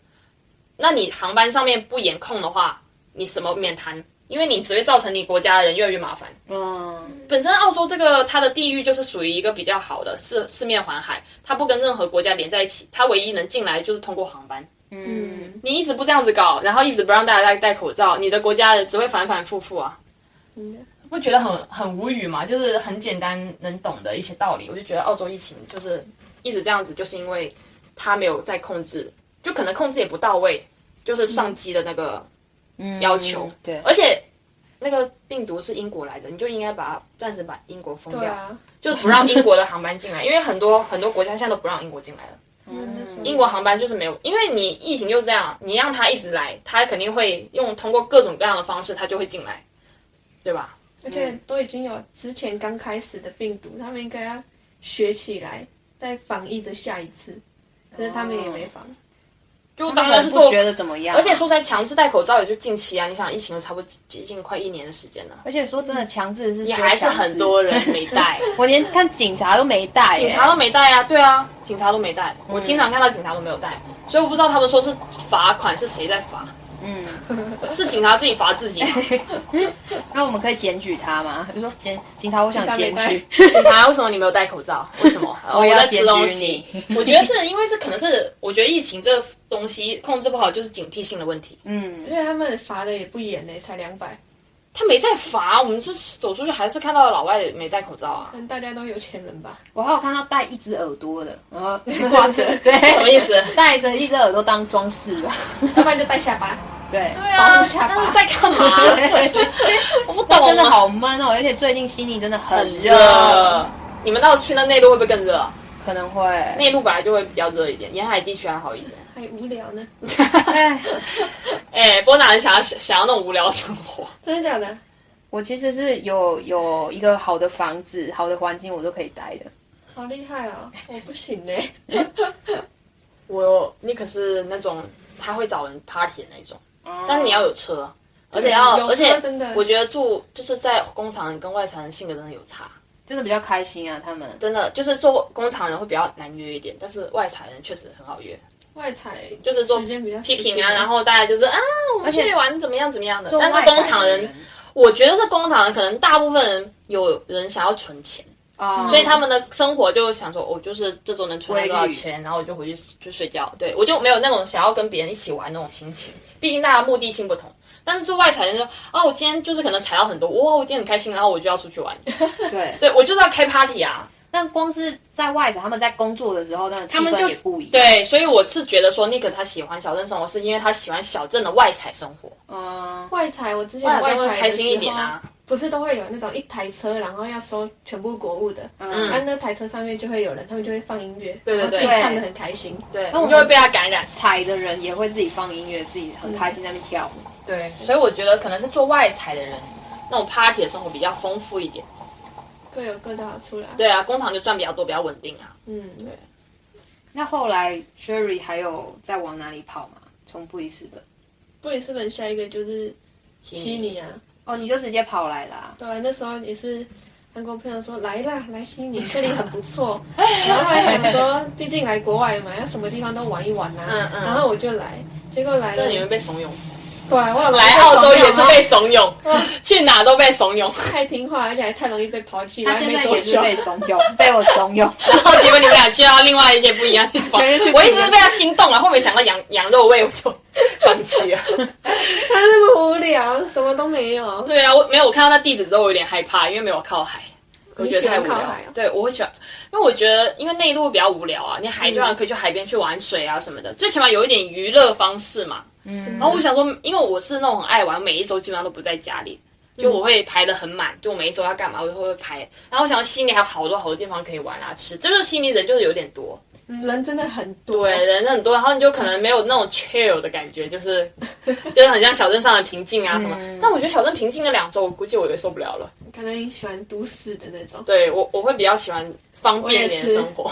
S1: 那你航班上面不严控的话，你什么免谈？因为你只会造成你国家的人越来越麻烦。
S2: 嗯，
S1: 本身澳洲这个它的地域就是属于一个比较好的四四面环海，它不跟任何国家连在一起，它唯一能进来就是通过航班。
S2: 嗯，
S1: 你一直不这样子搞，然后一直不让大家戴戴口罩，你的国家只会反反复复啊。
S3: 嗯
S4: 不觉得很很无语嘛？就是很简单能懂的一些道理，我
S1: 我
S4: 就
S1: 就觉得澳洲疫情就是一直这样子，就是因为它没有在控制，就可能控制也不到位，就是上机的那个要求。
S2: 嗯对
S1: 而且那个病毒是英国来的，你就应该把它暂时把英国封掉，
S3: 对啊，
S1: 就不让英国的航班进来，因为很多很多国家现在都不让英国进来了。
S3: 英
S1: 英国航班就是没有，因为你疫情就是这样，你让它一直来，它肯定会用通过各种各样的方式，它就会进来，对吧？
S3: 而且都已经有之前刚开始的病毒，他们应该要学起来，在防疫的下一次。可
S1: 哦
S3: 是他们也没防，
S1: 就
S2: 他
S1: 当然
S2: 们
S1: 是
S2: 不
S1: 做
S2: 觉得怎么样啊、
S1: 而且说才强制戴口罩也就近期啊，你想疫情都差不多接近快一年的时间了，
S2: 而且说真的，强制是也
S1: 嗯还是很多人没戴，
S2: 我连看警察都没带、
S1: 警察都没戴啊，对啊，警察都没戴，我经常看到警察都没有戴，所以我不知道他们说是罚款是谁在罚，
S2: 嗯，
S1: 是警察自己罚自己吗，
S2: 那我们可以检举他吗？就说检警察，我想检
S3: 警察没
S2: 举。
S1: 警察为什么你没有戴口罩？为什么？ 哦
S2: 要
S1: 我在吃东
S2: 检
S1: 西
S2: 举。
S1: 我觉得是因为是可能是我觉得疫情这东西控制不好，就是警惕性的问题。
S2: 嗯
S3: 而，且他们罚的也不严呢、才两百，
S1: 他没在罚，我们这走出去还是看到老外没戴口罩啊
S3: 可。能大家都有钱人 吧。
S2: 我还有看到戴一只耳朵的，然后挂着，对，
S1: 什么意思？
S2: 戴着一只耳朵当装饰吧。
S3: 要不然就戴下巴，
S2: 对，
S1: 对啊
S3: 保护下巴
S1: 那是在干嘛？ 我不懂啊，
S2: 真的好闷哦，而且最近悉尼真的很
S1: 很
S2: 热，
S1: 热。你们到去那内陆会不会更热？
S2: 可能会。
S1: 内陆本来就会比较热一点，沿海地区还好 一点。
S3: 还无聊呢。
S2: 哎，
S1: 哎，波兰人想要想要那种无聊的生活，
S3: 真的假的？
S2: 我其实是有有一个好的房子、好的环境，我都可以待的。
S3: 好厉害哦！我不 行呢、
S1: 我你可是那种他会找人 party 的那种，但是你要有哦车，而且
S3: 有
S1: 要
S3: 车
S1: 而且
S3: 真的
S1: 我觉得住就是在工厂跟外省人性格真的有差。
S2: 真的比较开心啊，他们
S1: 真的就是做工厂人会比较难约一点，但是外采人确实很好约，
S3: 外采
S1: 就是做
S3: 时间比较
S1: picking 啊，然后大家就是啊，我们
S2: 而且
S1: 去玩怎么样怎么样的。
S2: 做
S1: 但是
S2: 外
S1: 工
S2: 带
S1: 厂
S2: 的
S1: 人，我觉得是工厂人，可能大部分人有人想要存钱，
S2: 啊，
S1: 所以他们的生活就想说，我就是这周能存到多少
S2: 规律
S1: 钱，然后我就回去就睡觉。对我就没有那种想要跟别人一起玩那种心情，毕竟大家目的性不同。但是做外采人就说啊，我今天就是可能采到很多，哇，我今天很开心，然后我就要出去 玩。
S2: 对
S1: 对我就是要开 party 啊，
S2: 但光是在外场，他们在工作的时候，那个气
S1: 他们就
S2: 氛
S1: 是
S2: 也不一样。
S1: 对，所以我是觉得说 Nick 他喜欢小镇生活，是因为他喜欢小镇的外采生活，
S2: 嗯，
S3: 外采，我之前
S1: 外采
S3: 外采
S1: 生活
S3: 的
S1: 开心一
S3: 时
S1: 点
S3: 候
S1: 啊。
S3: 不是都会有那种一台车，然后要收全部国物的，嗯，啊，那台车上面就会有人，他们就会放音乐，
S1: 对
S3: 然后自己
S2: 对
S3: 唱的很开心，
S1: 对，
S2: 我
S1: 你就会被他感染。
S2: 踩的人也会自己放音乐，自己很开心在那边跳舞。
S1: 对，所以我觉得可能是做外采的人，那种 party 的生活比较丰富一点。
S3: 各有各的好处啦。，
S1: 对啊，工厂就赚比较多，比较稳定啊。
S3: 嗯，对。
S2: 那后来 Sherry 还有再往哪里跑吗？从布里斯本？
S3: 布里斯本下一个就是悉尼
S1: 嗯
S3: 啊，
S2: 哦，你就直接跑来啦、
S3: 对啊，那时候也是韩国朋友说来啦，来悉 尼，这里很不错。然后还想说，毕竟来国外嘛，要什么地方都玩一玩呐、啊。
S1: 嗯嗯
S3: 然后我就来，结果来
S1: 那
S3: 了，
S1: 你们被怂恿，
S3: 对啊，我
S1: 来澳洲也是被怂恿， 去哪都被怂 恿，
S3: 太听话，而且还太容易被抛弃。
S2: 他
S3: 我还
S2: 现
S3: 没
S2: 在
S3: 多
S2: 也是
S3: 久
S2: 被怂恿，被我怂恿。
S1: 然后结果你们俩去到另外一些不一样的地 方。
S3: 对去不一样
S1: 我一直被他心动了，啊后面想到羊羊肉味我就放弃了。
S3: 他那么无聊，什么都没有。
S1: 对啊，我没有我看到那地址之后我有点害怕，因为没有靠海，我觉得太无
S3: 你喜欢
S1: 聊。
S3: 靠海哦
S1: 对，我会喜欢，因为我觉得因为内陆比较无聊啊，你海就可以去海边去玩水啊什么的，最起码有一点娱乐方式嘛。
S2: 嗯，
S1: 然后我想说，因为我是那种很爱玩，每一周基本上都不在家里，就我会排的很满，就我每一周要干嘛，我就会排。然后我想悉尼还有好多好多地方可以玩啊，吃，这就是悉尼人就是有点多，
S3: 人真的很多。欸
S1: 对，人很多，然后你就可能没有那种 chill 的感觉，就是 就是很像小镇上的平静啊什么。
S3: 嗯
S1: 但我觉得小镇平静了两周，我估计我也受不了了。
S3: 可能你喜欢都市的那种，
S1: 对我我会比较喜欢方便一点的
S3: 我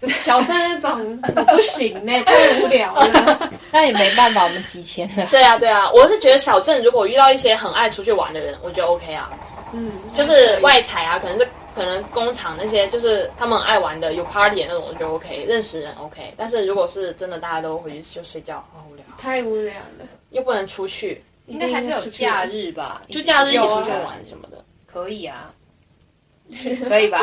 S3: 也是
S1: 生活，
S3: 小镇那种我不行呢、 太无聊了。
S2: 那也没办法，我们提前了。
S1: 对啊对啊，我是觉得小镇如果遇到一些很爱出去玩的人，我觉得 OK 啊。
S3: 嗯，
S1: 就是外采啊，可能是可能工厂那些，就是他们很爱玩的有 party 的那种，我就 OK，认识人 OK。但是如果是真的大家都回去就睡觉，好无聊，
S3: 太无聊了。
S1: 又不能出去，
S3: 应
S2: 应该还是有假，日吧？
S1: 就假日一起
S3: 有
S1: 出
S3: 啊
S1: 去玩什么的。
S2: 可以 啊，可以吧？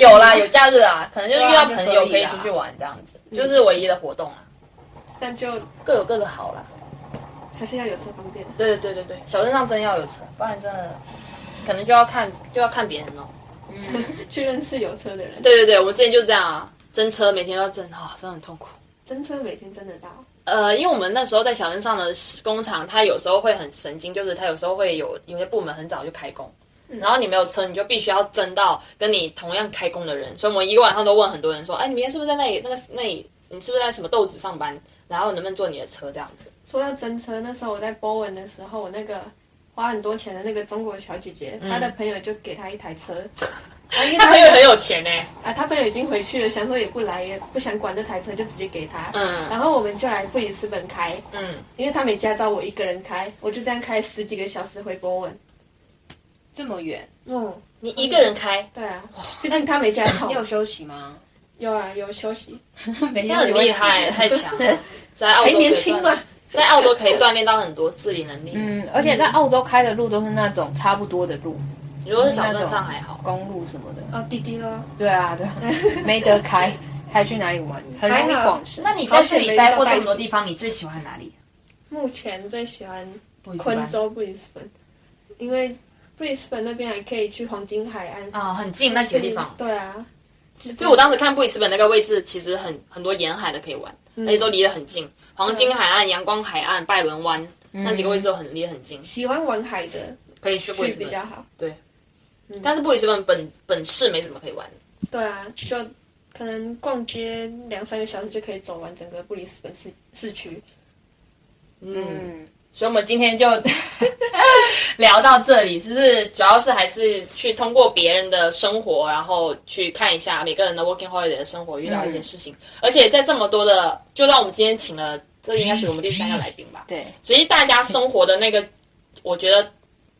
S1: 有 啦，有假日啊，可能就是遇到
S2: 对啊
S1: 朋
S2: 就
S1: 友
S2: 可
S1: 可
S2: 以
S1: 以
S2: 啦
S1: 出去玩这样子，就是唯一的活动啊，
S3: 但就
S1: 各有各的好啦。
S3: 还是要有车方便的。
S1: 对对对对对，小镇上真要有车，不然真的可能就要看就要看别人哦。
S3: 去认识有车的人，
S1: 对对对，我们之前就这样啊，争车每天都要争啊、真的很痛苦。
S3: 真车每天真的到，
S1: 呃，因为我们那时候在小镇上的工厂，它有时候会很神经，就是它有时候会有有些部门很早就开工，
S4: 嗯
S1: 然后你没有车，你就必须要争到跟你同样开工的人。所以我们一个晚上都问很多人说：“哎，你明天是不是在那里那个那里？你是不是在什么豆子上班？然后能不能坐你的车这样子
S3: 说到真车，那时候我在波文的时候，我那个花很多钱的那个中国小姐姐，她的朋友就给她一 台车，啊、因为？”
S1: 他嗯
S3: 她
S1: 朋友很有钱呢、
S3: 啊，她朋友已经回去了，想说也不来，也不想管这台车，就直接给她。
S1: 嗯
S3: 然后我们就来布里斯本开，
S1: 嗯，
S4: 哎
S3: 因为她没驾照，我一个人开，我就这样开十几个小时回波文。
S2: 这么远，
S3: 嗯，
S1: 你一个人开，
S3: 对啊，毕竟她没驾照
S2: 你。有休息吗？
S3: 有啊，有休息，
S2: 每天
S1: 那很
S2: 都会
S1: 厉
S2: 死
S1: 害，
S4: 哎
S1: 太强 了。在澳洲
S3: 还
S1: 可以
S3: 年轻嘛
S1: 锻，在澳洲可以锻炼到很多自理能力。
S2: 嗯，而且在澳洲开的路都是那种差不多的路，
S1: 如果是小镇上还好，
S2: 公路什么的。
S3: 哦，滴滴咯，
S2: 对啊， 对啊，没得开，开去哪里玩？很容易广深。
S4: 那你在这里待过这么多地方，你最喜欢哪里？
S3: 目前最喜欢
S4: 布里斯班
S3: 昆州布里斯本，因为布里斯本那边还可以去黄金海岸，
S4: 啊、很近那几个地方。
S3: 对啊，
S1: 所以我当时看布里斯本那个位置，其实很很多沿海的可以玩，
S3: 嗯
S1: 而且都离得很近，黄金海岸、阳光海岸、拜伦湾
S3: 嗯
S1: 那几个位置都很离得很近，
S3: 喜欢玩海的
S1: 可以去布里
S3: 去
S1: 斯
S3: 比较
S1: 本。
S3: 好。
S1: 但是布里斯本本本市没什么可以玩的，
S3: 对啊，就可能逛街两三个小时就可以走完整个布里斯本市市区。
S1: 嗯，
S2: 嗯，
S1: 所以我们今天就 聊到这里，就是主要是还是去通过别人的生活，然后去看一下每个人的 working holiday 的生活遇到一些事情，而且在这么多的，就让我们今天请了，这应该是我们第三个来宾吧，
S2: 对，
S1: 其实大家生活的那个，我觉得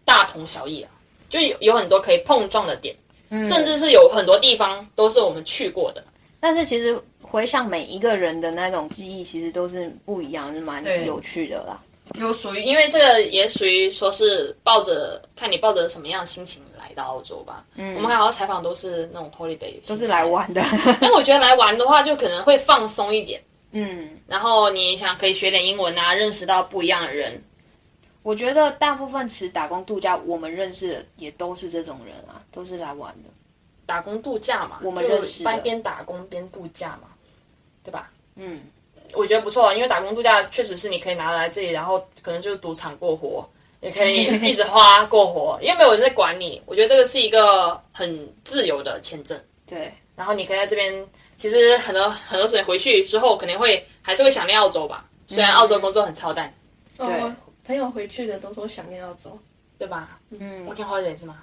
S1: 大同小异啊。就有有很多可以碰撞的点，甚至是有很多地方都是我们去过的。
S2: 但是其实回想每一个人的那种记忆，其实都是不一样，是蛮
S4: 对
S2: 有趣的啦。
S1: 有属于，因为这个也属于说是抱着看你抱着什么样的心情来到澳洲吧。嗯，我们看好像采访都是那种 holiday，都
S2: 都是来玩 的，
S1: 因为我觉得来玩的话，就可能会放松一点，
S2: 嗯，
S1: 然后你想可以学点英文啊，认识到不一样的人。
S2: 我觉得大部分持打工度假，我们认识的也都是这种人啊，都是来玩的。
S1: 打工度假嘛，我
S2: 们认识的
S1: 边边打工边度假嘛，对吧？
S2: 嗯，
S1: 我觉得不错，因为打工度假确实是你可以拿来这里，然后可能就是赌场过活，也可以一直花过活，因为没有人在管你。我觉得这个是一个很自由的签证，
S2: 对，
S1: 然后你可以在这边，其实很多很多时间回去之后，肯定会还是会想念澳洲吧。虽
S2: 嗯
S1: 然澳洲工作很操蛋，
S3: 哦我朋友回去的都说想念澳洲。
S1: 对吧？
S2: 嗯
S1: 我，看好一点是吗？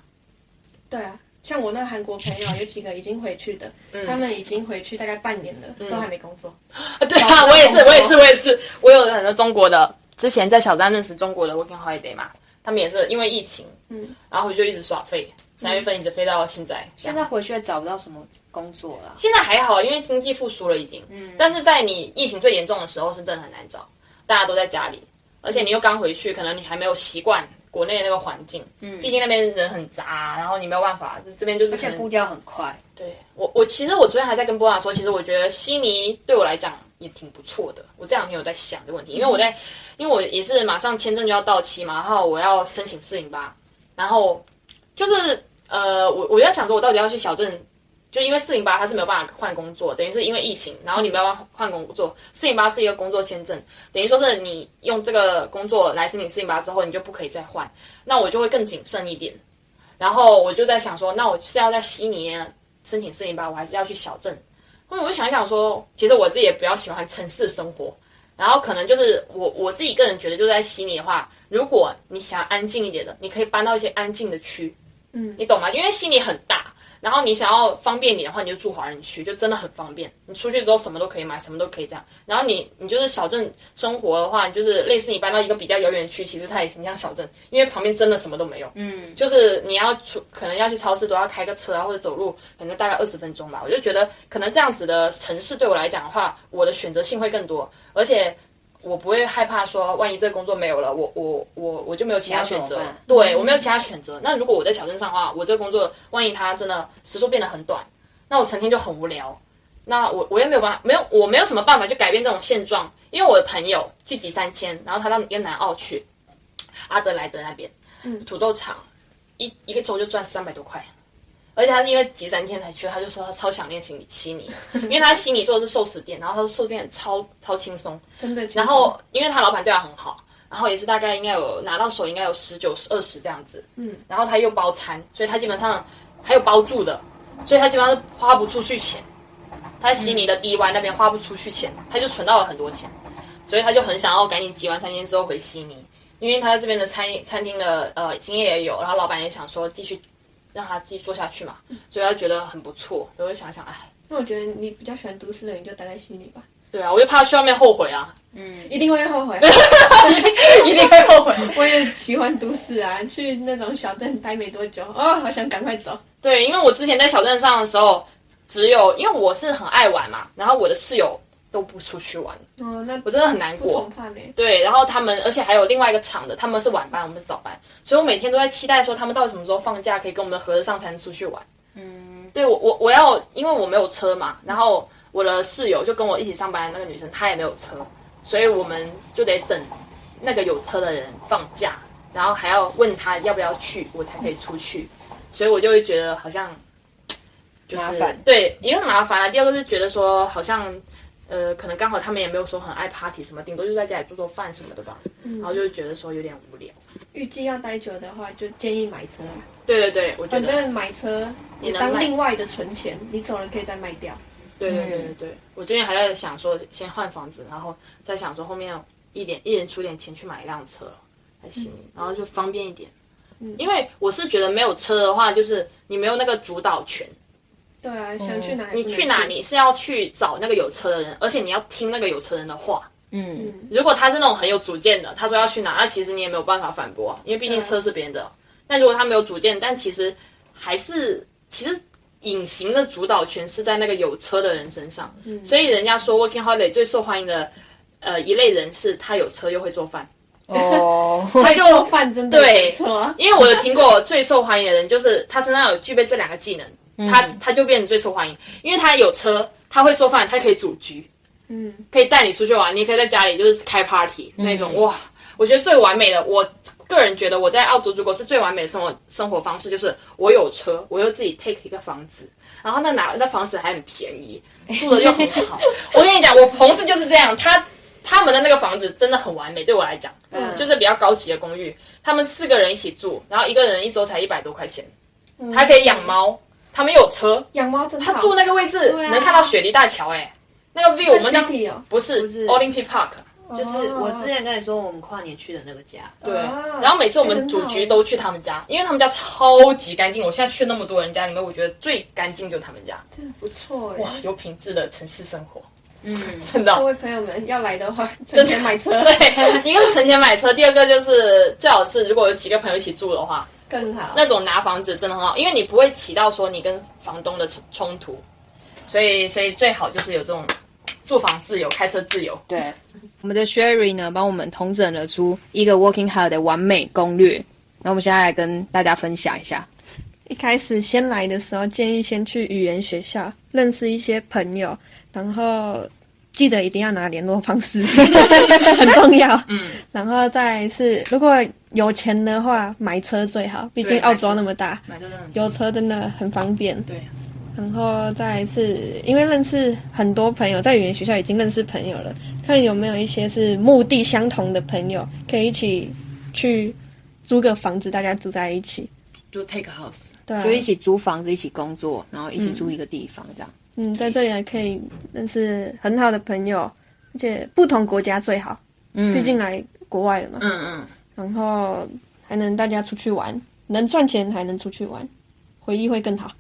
S3: 对啊，像我那韩国朋友有几个已经回去的，他们已经回去大概半年了，都还没工作。
S1: 对啊，我也是，我也是，我也是，我有很多中国的，之前在小站认识中国的 Working Holiday 嘛，他们也是因为疫情，嗯，然后我就一直耍废，三月份一直飞到现在。现
S2: 现在回去也找不到什么工作啦。
S1: 现在还好，啊因为经济复苏了已经，嗯，但是在你疫情最严重的时候是真的很难找，大家都在家里，而且你又刚回去，可能你还没有习惯国内的那个环境，嗯，毕竟那边人很杂，然后你没有办法，就是这边就是可
S2: 现在
S1: 能
S2: 步调很快，
S1: 对我，我其实我昨天还在跟波娜说，其实我觉得悉尼对我来讲也挺不错的。我这两天有在想这个问题，因为我在，因为我也是马上签证就要到期嘛，然后我要申请四零八，然后就是呃，我我就在想说，我到底要去小镇，就因为四零八它是没有办法换工作，等于是因为疫情，然后你没有办法换工作，四零八是一个工作签证，等于说是你用这个工作来申请四零八之后，你就不可以再换，那我就会更谨慎一点。然后我就在想说，那我是要在悉尼申请四零八，我还是要去小镇。后面我就想一想说，其实我自己也比较喜欢城市生活，然后可能就是我我自己个人觉得，就在悉尼的话，如果你想安静一点的，你可以搬到一些安静的区，嗯，你懂吗？因为悉尼很大，然后你想要方便一点的话，你就住华人区，就真的很方便。你出去之后什么都可以买，什么都可以这样。然后你你就是小镇生活的话，你就是类似你搬到一个比较遥远的区，其实它也挺像小镇，因为旁边真的什么都没有，嗯，就是你要出可能要去超市都要开个车啊，或者走路，可能大概二十分钟吧。我就觉得可能这样子的城市对我来讲的话，我的选择性会更多，而且我不会害怕说，万一这个工作没有了，我我我我就没有其他选择
S2: 你要怎么办，
S1: 对我没有其他选择。那如果我在小镇上的话，我这个工作万一它真的时速变得很短，那我成天就很无聊。那我我也没有办法，没有我没有什么办法去改变这种现状，因为我的朋友去集三千，然后他到一个南澳去，阿德莱德那边，土豆厂一一个周就赚三百多块，而且他是因为集三天才去，他就说他超想念悉尼悉尼，因为他悉尼做的是寿司店，然后他说寿司店超超轻松，
S3: 真的，
S1: 然后因为他老板对他很好，然后也是大概应该有拿到手应该有十九、二十这样子，嗯，然后他又包餐，所以他基本上还有包住的，所以他基本上是花不出去钱。他悉尼的 DY 那边花不出去钱，他就存到了很多钱，所以他就很想要赶紧集完三天之后回悉尼，因为他在这边的餐饮餐厅的呃经验也有，然后老板也想说继续让他继续做下去嘛，所以他觉得很不错，所以我就想想，哎，
S3: 那我觉得你比较喜欢都市的，你就待在悉尼 吧，
S1: 对啊，我就怕去外面后悔啊，
S3: 一定会后悔。
S1: 一定会后悔。
S3: 我也喜欢都市啊，去那种小镇待没多久，哦，好想赶快走。
S1: 对，因为我之前在小镇上的时候，只有因为我是很爱玩嘛，然后我的室友都不出去玩，
S3: 哦，那
S1: 我真的很难
S3: 不
S1: 过
S3: 同。怕呢。
S1: 对，然后他们，而且还有另外一个厂的，他们是晚班，我们是早班，所以我每天都在期待说他们到底什么时候放假，可以跟我们合得上才能出去玩。嗯，对我我我要，因为我没有车嘛，然后我的室友就跟我一起上班的那个女生，她也没有车，所以我们就得等那个有车的人放假，然后还要问他要不要去，我才可以出去，所以我就会觉得好像就是
S2: 麻烦
S1: 对，一个麻烦啊，第二个是觉得说好像。呃，可能刚好他们也没有说很爱 party 什么，顶多就在家里做做饭什么的吧。
S2: 嗯
S1: 然后就觉得说有点无聊。
S3: 预计要待久的话，就建议买车啊。
S1: 对对对，我觉
S3: 反
S1: 得，
S3: 正买车也
S1: 能
S3: 当
S1: 卖
S3: 另外的存钱，你走了可以再卖掉。
S1: 对对对对对，我最近还在想说先换房子，然后再想说后面一点一人出点钱去买一辆车还行，
S3: 嗯
S1: 然后就方便一点。因为我是觉得没有车的话，就是你没有那个主导权，
S3: 对啊，想去哪
S1: 你去哪你是要去找那个有车的人，而且你要听那个有车人的话。
S2: 嗯，
S1: 啊如果他是那种很有主见的，他说要去哪，那其实你也没有办法反驳，因为毕竟
S3: 对
S1: 车是别人的，那如果他没有主见，但其实还是其实隐形的主导权是在那个有车的人身上。所以人家说 working holiday 最受欢迎的呃一类人是他有车又会做饭。
S2: 哦，
S3: 他就饭真的
S1: 对
S3: 不错啊，
S1: 因为我有听过最受欢迎的人，就是他身上有具备这两个技能，他他就变成最受欢迎，因为他有车，他会做饭，他可以组局，嗯，可以带你出去玩，你也可以在家里就是开 party 那种，哇，我觉得最完美的，我个人觉得我在澳洲如果是最完美的生活生活方式，就是我有车，我又自己 take 一个房子。然后那哪那房子还很便宜，住的又很好。我跟你讲，我同事就是这样，他他们的那个房子真的很完美，对我来讲，就是比较高级的公寓。他们四个人一起住，然后一个人一周才一百多块钱，还可以养猫。他们有车，
S3: 养猫真好。
S1: 他住那个位置、
S2: 啊
S1: 能看到雪梨大桥、哎，那个 view 我们
S3: 在
S1: 家
S3: city 哦
S1: 不是
S2: 不是
S1: Olympic Park，
S2: 就是我之前跟你说我们跨年去的那个家，哦对，
S1: 对
S3: 啊。哎
S1: 然后每次我们组局都去他们家，因为他们家超级干净。我现在去那么多人家里面，我觉得最干净就是他们家，
S3: 不错哎、
S1: 有品质的城市生活。嗯， 真的
S3: 各位朋友们要来 的话，真钱买车
S1: 对，一个是存钱买车，第二个就是最好是如果有几个朋友一起住的话，
S3: 更好。
S1: 那种拿房子真的很好，因为你不会起到说你跟房东的冲冲突，所以所以最好就是有这种住房自由、开车自由。
S2: 对，我们的 Sherry 呢，帮我们统整了出一个 Working Hard 的完美攻略。那我们现在来跟大家分享一下。
S3: 一开始先来的时候，建议先去语言学校认识一些朋友，然后记得一定要拿联络 方式，很重要。嗯，然后再来是，如果有钱的话，买车最好，毕竟
S1: 对
S3: 澳洲那么大，
S2: 买这个
S3: 有车真的很方便。
S1: 对，
S3: 然后再来是因为认识很多朋友，在语言学校已经认识朋友了，看有没有一些是目的相同的朋友，可以一起去租个房子，大家住在一起。
S1: 就 take a house，
S3: 对啊、
S2: 就一起租房子，一起工作，然后一起租一个地方，这样。
S3: 嗯，在这里还可以认识很好的朋友，而且不同国家最好，
S2: 嗯
S3: 毕竟来国外了嘛。
S1: 嗯嗯，
S3: 然后还能大家出去玩，能赚钱还能出去玩，回忆会更好。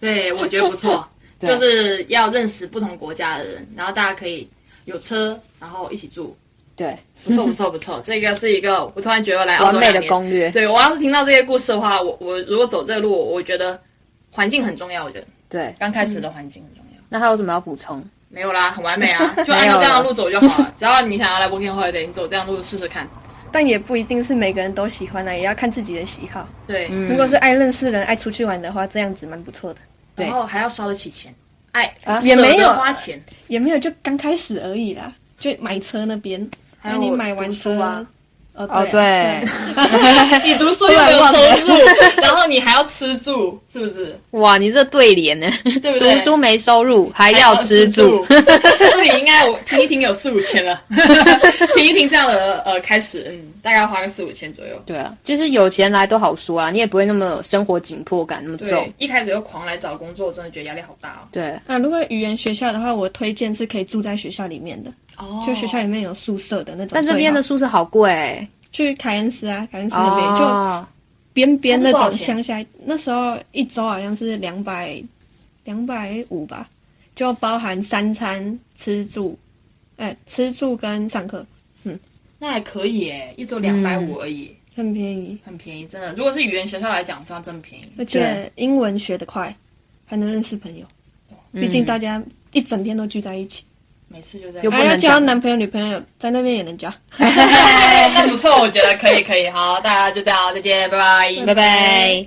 S1: 对，我觉得不 错，就是要认识不同国家的人，然后大家可以有车，然后一起住。
S2: 对，
S1: 不错不错不 错，这个是一个我突然觉得我来澳
S2: 完
S1: 洲
S2: 美
S1: 两
S2: 的
S1: 年
S2: 攻略。
S1: 对我要是听到这些故事的话，我我如果走这个路，我觉得环境很重要。我觉得
S2: 对，
S1: 刚开始的环境很重要。
S2: 那还有什么要补充？
S1: 没有啦，很完美啊，就按照这样的路走就好了。只要你想要来 working holiday，你走这样路试试看。
S3: 但也不一定是每个人都喜欢啊的，也要看自己的喜好。
S1: 对，
S3: 如果是爱认识人、爱出去玩的话，这样子蛮不错的。
S1: 然后还要烧得起钱，哎，
S3: 也没有
S1: 舍得花钱，
S3: 也没有，就刚开始而已啦。就买车那边，还
S1: 有
S3: 你买完车
S1: 读书啊，
S3: 哦
S2: 哦，
S3: 对啊
S2: 对，
S1: 你读书又没有收入，然后你还要吃住，是不是？
S2: 哇，你这对联呢？
S1: 对不
S2: 读
S1: 对？
S2: 书没收入，还要吃住。
S1: 还要吃住这里应该我停一停有四五千了，停一停这样的呃开始，嗯，大概要花个四五千左右。
S2: 对啊，就是有钱来都好说啊啦，你也不会那么生活紧迫感那么
S1: 对
S2: 重。，
S1: 一开始就狂来找工作，我真的觉得压力好大
S2: 对，
S3: 啊，如果语言学校的话，我推荐是可以住在学校里面的，
S1: 哦。哦
S3: 就学校里面有宿舍的那种最
S2: 但
S3: 好。
S2: 这边的宿舍好贵欸
S3: 去凯恩斯啊，凯恩斯那边、就
S2: 哦，
S3: 边边那
S4: 那是多
S3: 种
S4: 少钱
S3: 乡下，那时候一周好像是两百两百五吧，就包含三餐吃住，哎、吃住跟上课
S1: 那还可以诶，一周两百五而已，
S3: 很便宜，
S1: 很便宜，真的。如果是语言学校来讲，这样真便宜。
S3: 而且英文学得快，还能认识朋友，
S2: 嗯
S3: 毕竟大家一整天都聚在一起，
S1: 每次就在
S2: 有不
S3: 还要
S2: 能
S3: 交
S2: 讲
S3: 男朋友女朋友，在那边也能交。
S1: 那不错，我觉得可以可以。好，大家就这样，再见，拜拜，
S2: 拜拜。